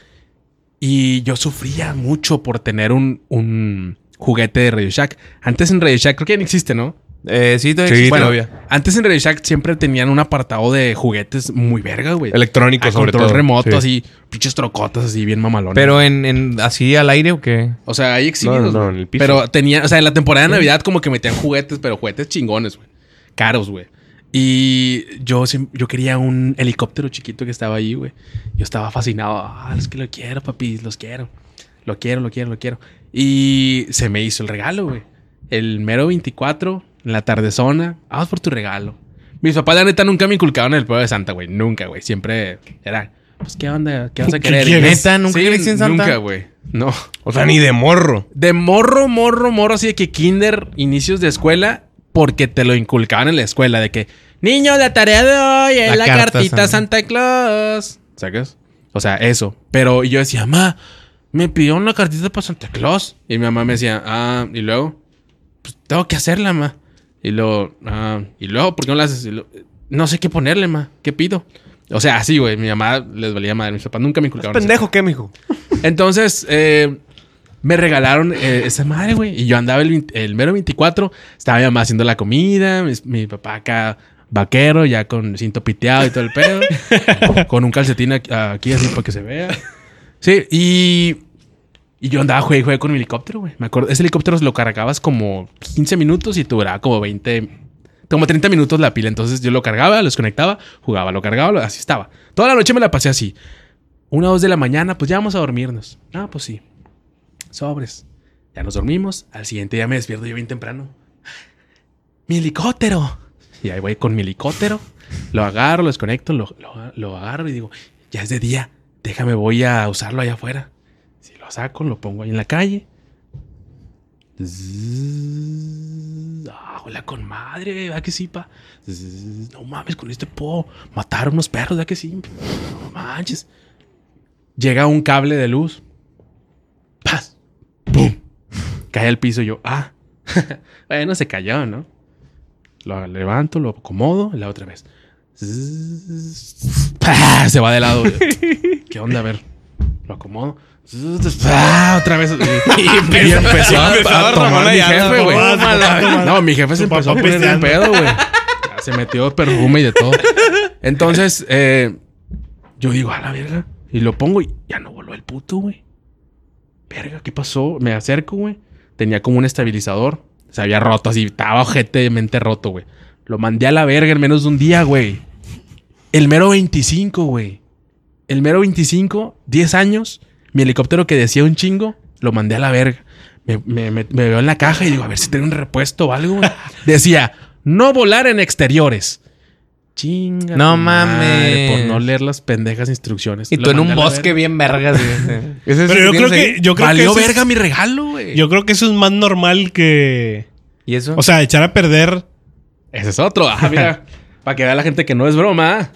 y yo sufría mucho por tener un, un juguete de Radio Shack. Antes en Radio Shack, creo que ya no existe, ¿no?
Eh, sí, todavía
Sí,
existe.
Bueno,
todavía.
antes en Radio Shack siempre tenían un apartado de juguetes muy verga, güey.
Ah,
Electrónico,
A
sobre
control
todo.
remoto,
Sí.
así, pinches trocotas, así, bien mamalones.
Pero en, en así al aire o qué?
o sea, ahí
No,
exhibidos.
no,
güey.
en el piso.
Pero tenía, o sea, en la temporada de Navidad como que metían juguetes, pero juguetes chingones, güey. Caros, güey. Y yo, siem- yo quería un helicóptero chiquito que estaba ahí, güey. Yo estaba fascinado. Ah, es que lo quiero, papi, los quiero. Lo quiero, lo quiero, lo quiero. Y se me hizo el regalo, güey. El mero 24, en la tardezona. Vamos por tu regalo. Mis papás, la neta, nunca me inculcaron el pueblo de Santa, güey. Nunca, güey. Siempre era, pues, ¿qué onda? ¿Qué
<laughs>
vas a
¿Qué
querer?
quieres?
¿Neta? ¿Nunca creíste en Santa?
Nunca, güey. No.
O sea, ni de morro.
De morro, morro, morro, así de que kinder, inicios de escuela, porque te lo inculcaban en la escuela, de que, niño, la tarea de hoy es
La
la,
carta Santa".
cartita Santa Claus. ¿Sacas? O sea, eso. Pero yo decía, mamá, me pidió una cartita para Santa Claus. Y mi mamá me decía, ah, y luego, pues tengo que hacerla, ma. Y luego, ah, y luego, ¿por qué no la haces? Y luego, no sé qué ponerle, ma. ¿Qué pido? O sea, así, güey. Mi mamá les valía madre. Mis papás nunca me inculcaron. eso.
Pendejo, ¿qué, mijo?
Entonces, eh, me regalaron eh, esa madre, güey. Y yo andaba el, 20 el mero 24. Estaba mi mamá haciendo la comida. mis- Mi, papá acá vaquero, ya con cinto piteado y todo el pedo. con un calcetín aquí, aquí, así para que se vea. Sí, y... Y yo andaba jugué, y jugué con mi helicóptero, güey. Me acuerdo. Ese helicóptero lo cargabas como 15 minutos y duraba como 20... Como 30 minutos la pila. Entonces yo lo cargaba, lo desconectaba, jugaba, lo cargaba, lo- así estaba. Toda la noche me la pasé así. Una o dos de la mañana, pues ya vamos a dormirnos. Ah, pues sí. Sobres. Ya nos dormimos. Al siguiente día me despierto yo bien temprano. ¡Mi helicóptero! Y ahí voy con mi helicóptero. Lo agarro, lo desconecto, lo, lo- lo agarro y digo, ya es de día. Déjame, voy a usarlo allá afuera. Si lo saco, lo pongo ahí en la calle. Zzzz. Ah, hola con madre, ¿verdad que sí, pa? Zzzz. No mames, con este puedo matar a unos perros, ¿verdad que sí? No manches llega un cable de luz. ¡Paz! ¡Pum! Cae al piso y yo, ah. <laughs> bueno, se cayó, ¿no? Lo levanto, lo acomodo y la otra vez. <laughs> Zzzz. ¡Pah! Se va de <laughs> lado. Yo, ¿Qué onda? A ver. Lo acomodo. <laughs> Zzzz. ¡Pah! Otra vez. Y, <laughs> y empezó a, a tomar mi jefe, güey. No, mi jefe se empezó a poner en pedo, güey. Ya Se metió perfume y de todo. Entonces, eh, yo digo, a la verga. Y lo pongo y ya no voló el puto, güey. Verga, ¿qué pasó? Me acerco, güey. Tenía como un estabilizador. Se había roto así. Estaba ojetemente roto, güey. Lo mandé a la verga en menos de un día, güey. El mero 25, güey. El mero 25, 10 años. Mi helicóptero que decía un chingo, lo mandé a la verga. Me, me- me- me veo en la caja y digo, a ver si tiene un repuesto o algo. <laughs> güey. Decía, no volar en exteriores. Chinga.
No
tu madre, Por
mames.
no leer las pendejas instrucciones.
Y
Lo
tú en
mandé
un
a la
bosque
verga.
bien vergas. güey.
<laughs> Ese sí
Pero yo creo
tienes
que.
ahí.
Yo creo que
Valió
eso es-
verga mi regalo, güey.
Yo creo que eso es más normal que.
¿Y eso?
O sea, echar a perder.
Ese es otro. Ah, mira. <laughs> para que vea la gente que no es broma.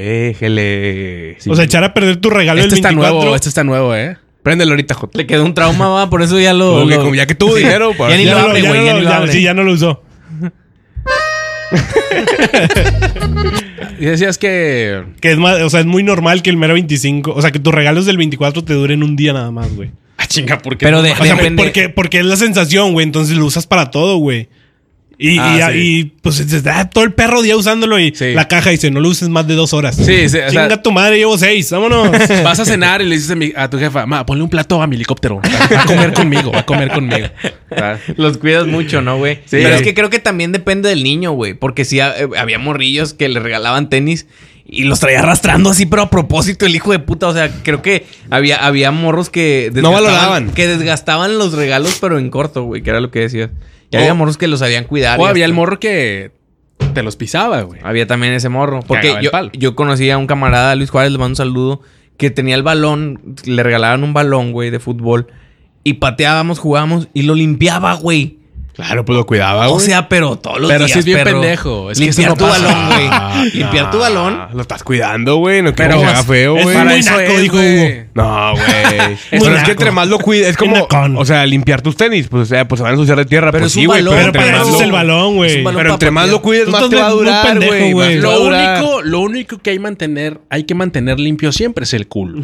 Déjele.
Sí.
O sea, echar a perder tu regalo
este
el
está
24.
nuevo, este está nuevo, eh.
Préndelo ahorita, Jota.
le quedó un trauma, va, por eso ya lo.
Como que-
lo-
como ya que tuvo dinero, pues,
Ya ni
Ya
lo
no lo-
abre,
ya
güey.
no
Ya
lo-
ni lo
ya-
abre.
Sí, ya no lo usó.
Y decías que.
Que es más, o sea, es muy normal que el mero 25, o sea, que tus regalos del 24 te duren un día nada más, güey.
Ah, chinga, ¿por qué?
Pero de-
O sea,
depende.
porque, porque es la sensación, güey, entonces lo usas para todo, güey. Y,
Ah,
y-
sí.
y, pues dices, ah, todo el perro día usándolo y
Sí.
la caja dice, no lo uses más de dos horas.
Sí, sí, o
Chinga
sea-
tu madre, llevo seis, vámonos.
Vas a cenar y le dices a, mi- a tu jefa, ma, ponle un plato a mi helicóptero. Va a comer conmigo, va a comer
<laughs>
conmigo. Ah,
Los cuidas mucho, ¿no, güey?
Sí.
Pero es que creo que también depende del niño, güey. Porque sí ha- eh, había morrillos que le regalaban tenis y los traía arrastrando así, pero a propósito, el hijo de puta. O sea, creo que había, había morros que
No
desgastaban-
valoraban.
Que desgastaban los regalos, pero en corto, güey, que era lo que decías. Y había morros que los sabían cuidar.
O
y
había
hasta-
el morro que te los pisaba, güey.
Había también ese morro. Porque
Cagaba el
yo,
palo.
yo conocí a un camarada, Luis Juárez, le mando un saludo, que tenía el balón, le regalaban un balón, güey, de fútbol. Y pateábamos, jugábamos y lo limpiaba, güey.
Claro, pues lo cuidaba, güey.
O sea, pero todos los
Pero
días,
sí es bien
perro.
pendejo. Es que
limpiar
eso no
tu
pasa.
balón,
Ah,
güey. limpiar tu
nah,
balón.
Lo estás cuidando, güey. No quiero
Pero
que se haga feo,
es
güey.
para
Para-
eso naco, dijo
güey.
No, güey.
muy
pero es
naco.
que entre más lo cuides, es como.
nacón.
O sea, limpiar tus tenis, pues, o sea, pues se van a ensuciar de tierra.
Pero
pues
es un
sí, güey.
balón,
Pero
Pero
entre
para
más
eso es el
lo-
balón, güey.
balón.
pero entre más lo cuides,
Tú
más
estás
te va a
muy
durar,
pendejo,
güey.
güey.
más te va a
Lo
durar.
único, lo único que hay, mantener, hay que mantener limpio siempre es el culo.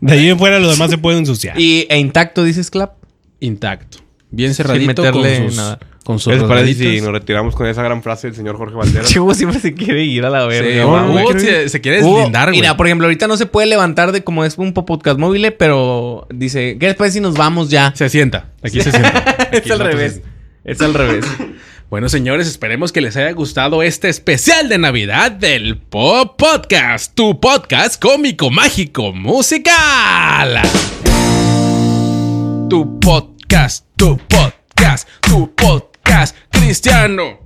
De ahí en fuera los demás se pueden ensuciar.
Y, e intacto, dices, <laughs> Clap.
Intacto. Bien cerradito
meterle
con sus,
nada.
Con sus
¿Les parece
rodaditos.
si nos retiramos con esa gran frase del señor Jorge Valdera?
<laughs> Chivo siempre se quiere ir a la verga.
Sí,
va,
Hugo
güey.
se, se quiere
Hugo,
deslindar, güey.
Mira, por ejemplo, ahorita no se puede levantar de como es un podcast móvil, pero dice, ¿qué después si nos vamos ya?
Se sienta. Aquí se <laughs> sienta. Aquí
es
el
al
vato se
revés.
sienta.
Es al revés.
<laughs> Bueno, señores, esperemos que les haya gustado este especial de Navidad del Pop Podcast, tu podcast cómico, mágico, musical. Tu podcast, tu podcast, tu podcast cristiano.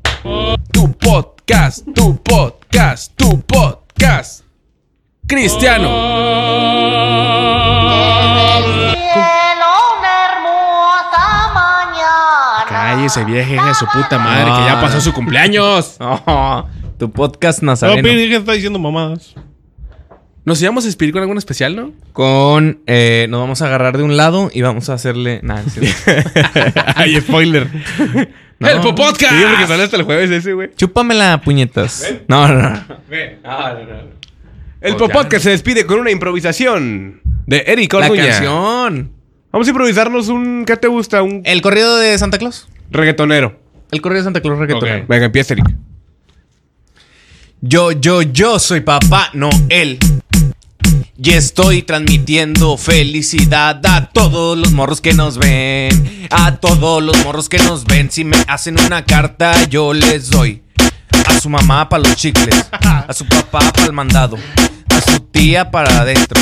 Tu podcast, tu podcast, tu podcast cristiano.
Del cielo una hermosa mañana.
Cállese, vieja hija de su puta madre, que ya pasó su cumpleaños.
No, Oh, Tu podcast
No, pero
nazareno.
dije que está diciendo mamadas.
¿Nos íbamos a inspirar con algún especial, no?
Con. eh, nos vamos a agarrar de un lado y vamos a hacerle. Nah, no es cierto.
<laughs>
Ay, spoiler.
No.
¡El Popodcast!
Sí, porque sale hasta el jueves ese, güey.
Chúpamela, puñetas. No, no, no.
El
Pues ya.
Popodcast se despide con una improvisación de Eric
La
Orduña.
canción.
Vamos a improvisarnos un... ¿Qué te gusta? Un
El corrido de Santa Claus.
reggaetonero.
El corrido de Santa Claus reggaetonero.
Ok, Venga, empieza, Eric.
Yo, yo, yo soy Papá Noel. Y estoy transmitiendo felicidad a todos los morros que nos ven. A todos los morros que nos ven. Si me hacen una carta, yo les doy. A su mamá para los chicles. A su papá para el mandado. A su tía para adentro.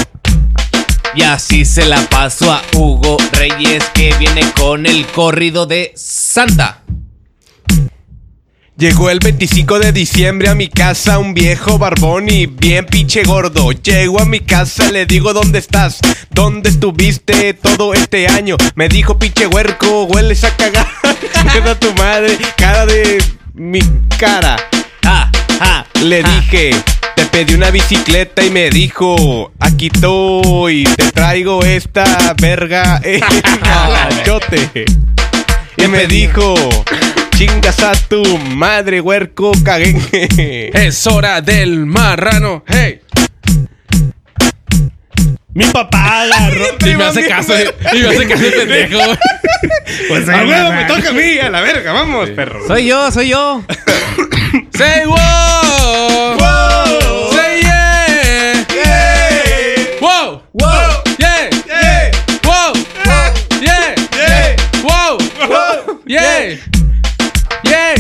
Y así se la paso a Hugo Reyes que viene con el corrido de Santa.
Llegó el 25 de diciembre a mi casa un viejo barbón y bien pinche gordo. Llego a mi casa, le digo dónde estás, dónde estuviste todo este año. Me dijo pinche huerco, hueles a cagar. <laughs> Queda tu madre, cara de mi cara.
Ja, ja,
Le
ja.
dije, te pedí una bicicleta y me dijo, aquí estoy, te traigo esta verga <laughs> en
Ah.
agachote. Y me dijo, chingas a tu madre, huerco, cagué.
Es hora del marrano. ¡Hey!
Mi papá agarró.
Y me hace caso. Y me hace caso el pendejo. güey.
¡A huevo, me toca a mí, a la verga! ¡Vamos, perro!
Soy yo, soy yo.
¡Say wow!
Wow.
¡Say yeah!
Yeah.
¡Wow!
Wow.
¡Yeah!
<laughs> Yeah.
¡Wow!
<laughs>
¡Yeah!
Yeah.
¡Wow! ¡Yeah! ¡Yeah!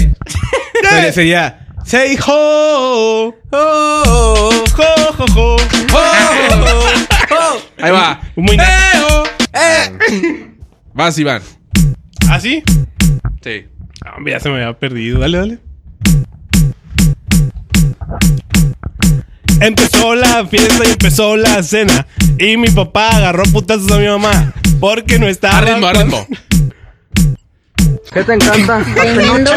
Sería- Sería, say ho,
Oh,
ho, ho, ho.
¡Oh!
oh.
Ahí va.
Un muy naco.
¡Eh, oh! Vas, Iván.
¿Ah, sí?
Sí.
Ah, hombre, ya se me había perdido. Dale, dale. Empezó la fiesta y empezó la cena. Y mi papá agarró putazos a mi mamá. Porque no estaba.
A ritmo, a
<laughs>
ritmo.
¿Qué te encanta?
Tremendo.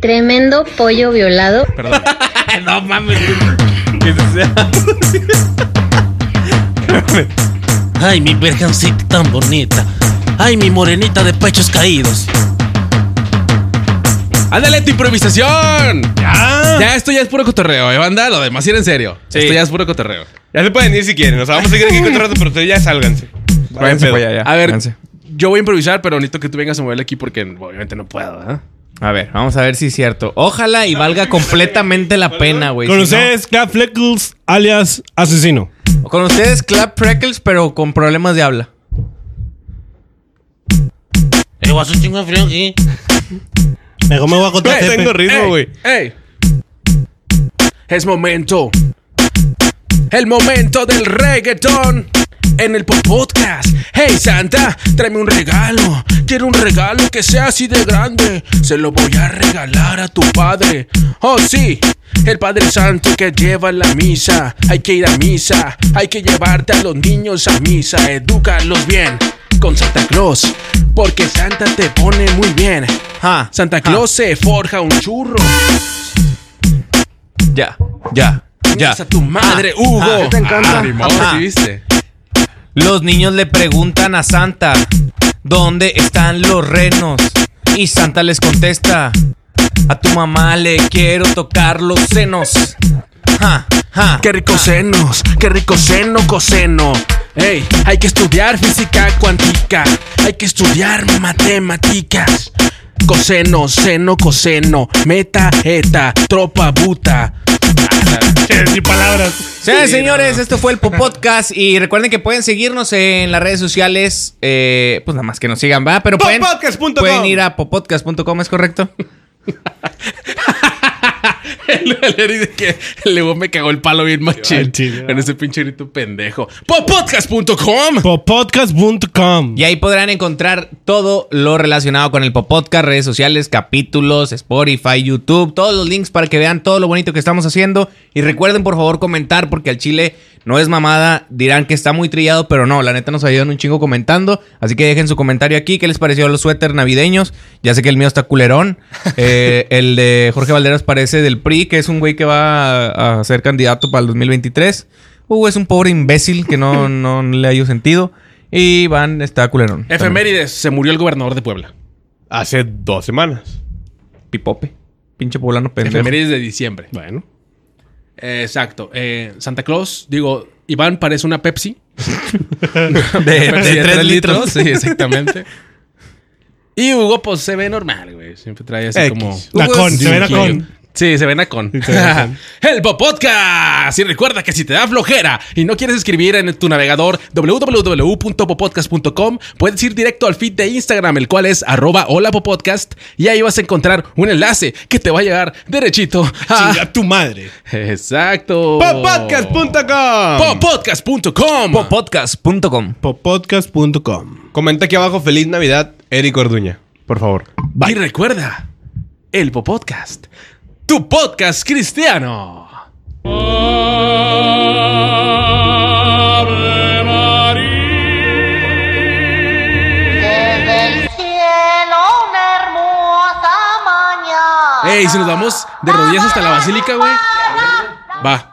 Tremendo pollo violado.
Perdón.
Ay, mi virgencita tan bonita. Ay, mi morenita de pechos caídos.
¡Ándale tu improvisación!
¡Ah!
Ya, esto ya es puro cotorreo, ¿eh, banda? Lo demás sí era en serio. Esto ya es puro cotorreo.
Ya se pueden ir si quieren, nos vamos a seguir aquí con otro rato, pero ustedes ya sálganse.
Váyanse
pedo.
para allá, ya.
A ver,
Váyanse.
yo voy a improvisar, pero necesito que tú vengas a moverle aquí porque obviamente no puedo, ¿eh? ¿verdad?
A ver, vamos a ver si es cierto. Ojalá y valga completamente la pena, güey.
Con
si
ustedes, Cat Fleckles, alias asesino.
no- con ustedes, Clap Freckles, pero con problemas de habla.
Yo voy a hacer un chingo de frío aquí.
Mejor me voy a contar. Pepe.
Tengo ritmo, güey.
¡Ey! Es momento. El momento del reggaetón. En el podcast. Hey Santa, tráeme un regalo. Quiero un regalo que sea así de grande. Se lo voy a regalar a tu padre. Oh sí, el Padre Santo que lleva la misa. Hay que ir a misa. Hay que llevarte a los niños a misa. Edúcalos bien con Santa Claus. Porque Santa te pone muy bien.
Ja,
Santa Claus se forja un churro.
Ya, ya, ya.
Chingas a tu madre, Hugo.
Ah,
te encanta?
Ah. Los niños le preguntan a Santa, ¿dónde están los renos? Y Santa les contesta, a tu mamá le quiero tocar los senos. Ja, ja.
Qué rico senos, qué rico seno, coseno. Ey, hay que estudiar física cuántica, hay que estudiar matemáticas. Coseno, seno, coseno, meta, eta, tropa, buta.
Sin palabras.
Señoras y señores, esto fue el Popodcast y recuerden que pueden seguirnos en las redes sociales, eh, pues nada más que nos sigan, va, pero pueden,
Popodcast.com.
pueden ir a popodcast.com, ¿es correcto?
<laughs> El Eric de que el Hugo me cagó el palo bien machín.
chile.
En ese pinche grito pendejo. Popodcast.com.
Popodcast.com.
Y ahí podrán encontrar todo lo relacionado con el Popodcast, redes sociales, capítulos, Spotify, YouTube, todos los links para que vean todo lo bonito que estamos haciendo y recuerden por favor comentar porque al chile No es mamada, dirán que está muy trillado, pero no, la neta nos ayudan un chingo comentando. Así que dejen su comentario aquí. ¿Qué les pareció los suéter navideños? Ya sé que el mío está culerón. Eh, el de Jorge Valderas parece del PRI, que es un güey que va a, a ser candidato para el 2023. Hugo es un pobre imbécil que no, no le ha sentido. Y Van está culerón.
Eh. Efemérides, se murió el gobernador de Puebla.
Hace dos semanas.
Pipope. Pinche poblano pendejo.
Efemérides de diciembre.
Bueno.
Eh, exacto. Eh, Santa Claus, digo, Iván parece una Pepsi.
<laughs> De, de
Pepsi
tres litros.
<laughs> Sí, exactamente. Y Hugo, pues se ve normal, güey. Siempre trae así
X.
como.
La
Hugo
con,
es
se ven a
Chiquillo.
con.
Sí, se ven a con.
se ven a
<laughs> El Bo Podcast. Y recuerda que si te da flojera y no quieres escribir en tu navegador www.popodcast.com, puedes ir directo al feed de Instagram, el cual es arroba hola popodcast, y ahí vas a encontrar un enlace que te va a llegar derechito a...
Chinga tu madre.
<laughs> Exacto.
Oh.
Podcast.com.
Popodcast.com.
Podcast.com.
Popodcast.com.
Comenta aquí abajo feliz Navidad, Eric Orduña, por favor.
Y recuerda, el Bo Podcast, tu podcast cristiano.
Desde el cielo una hermosa mañana.
Ey, si nos vamos de rodillas hasta la basílica, güey. Va.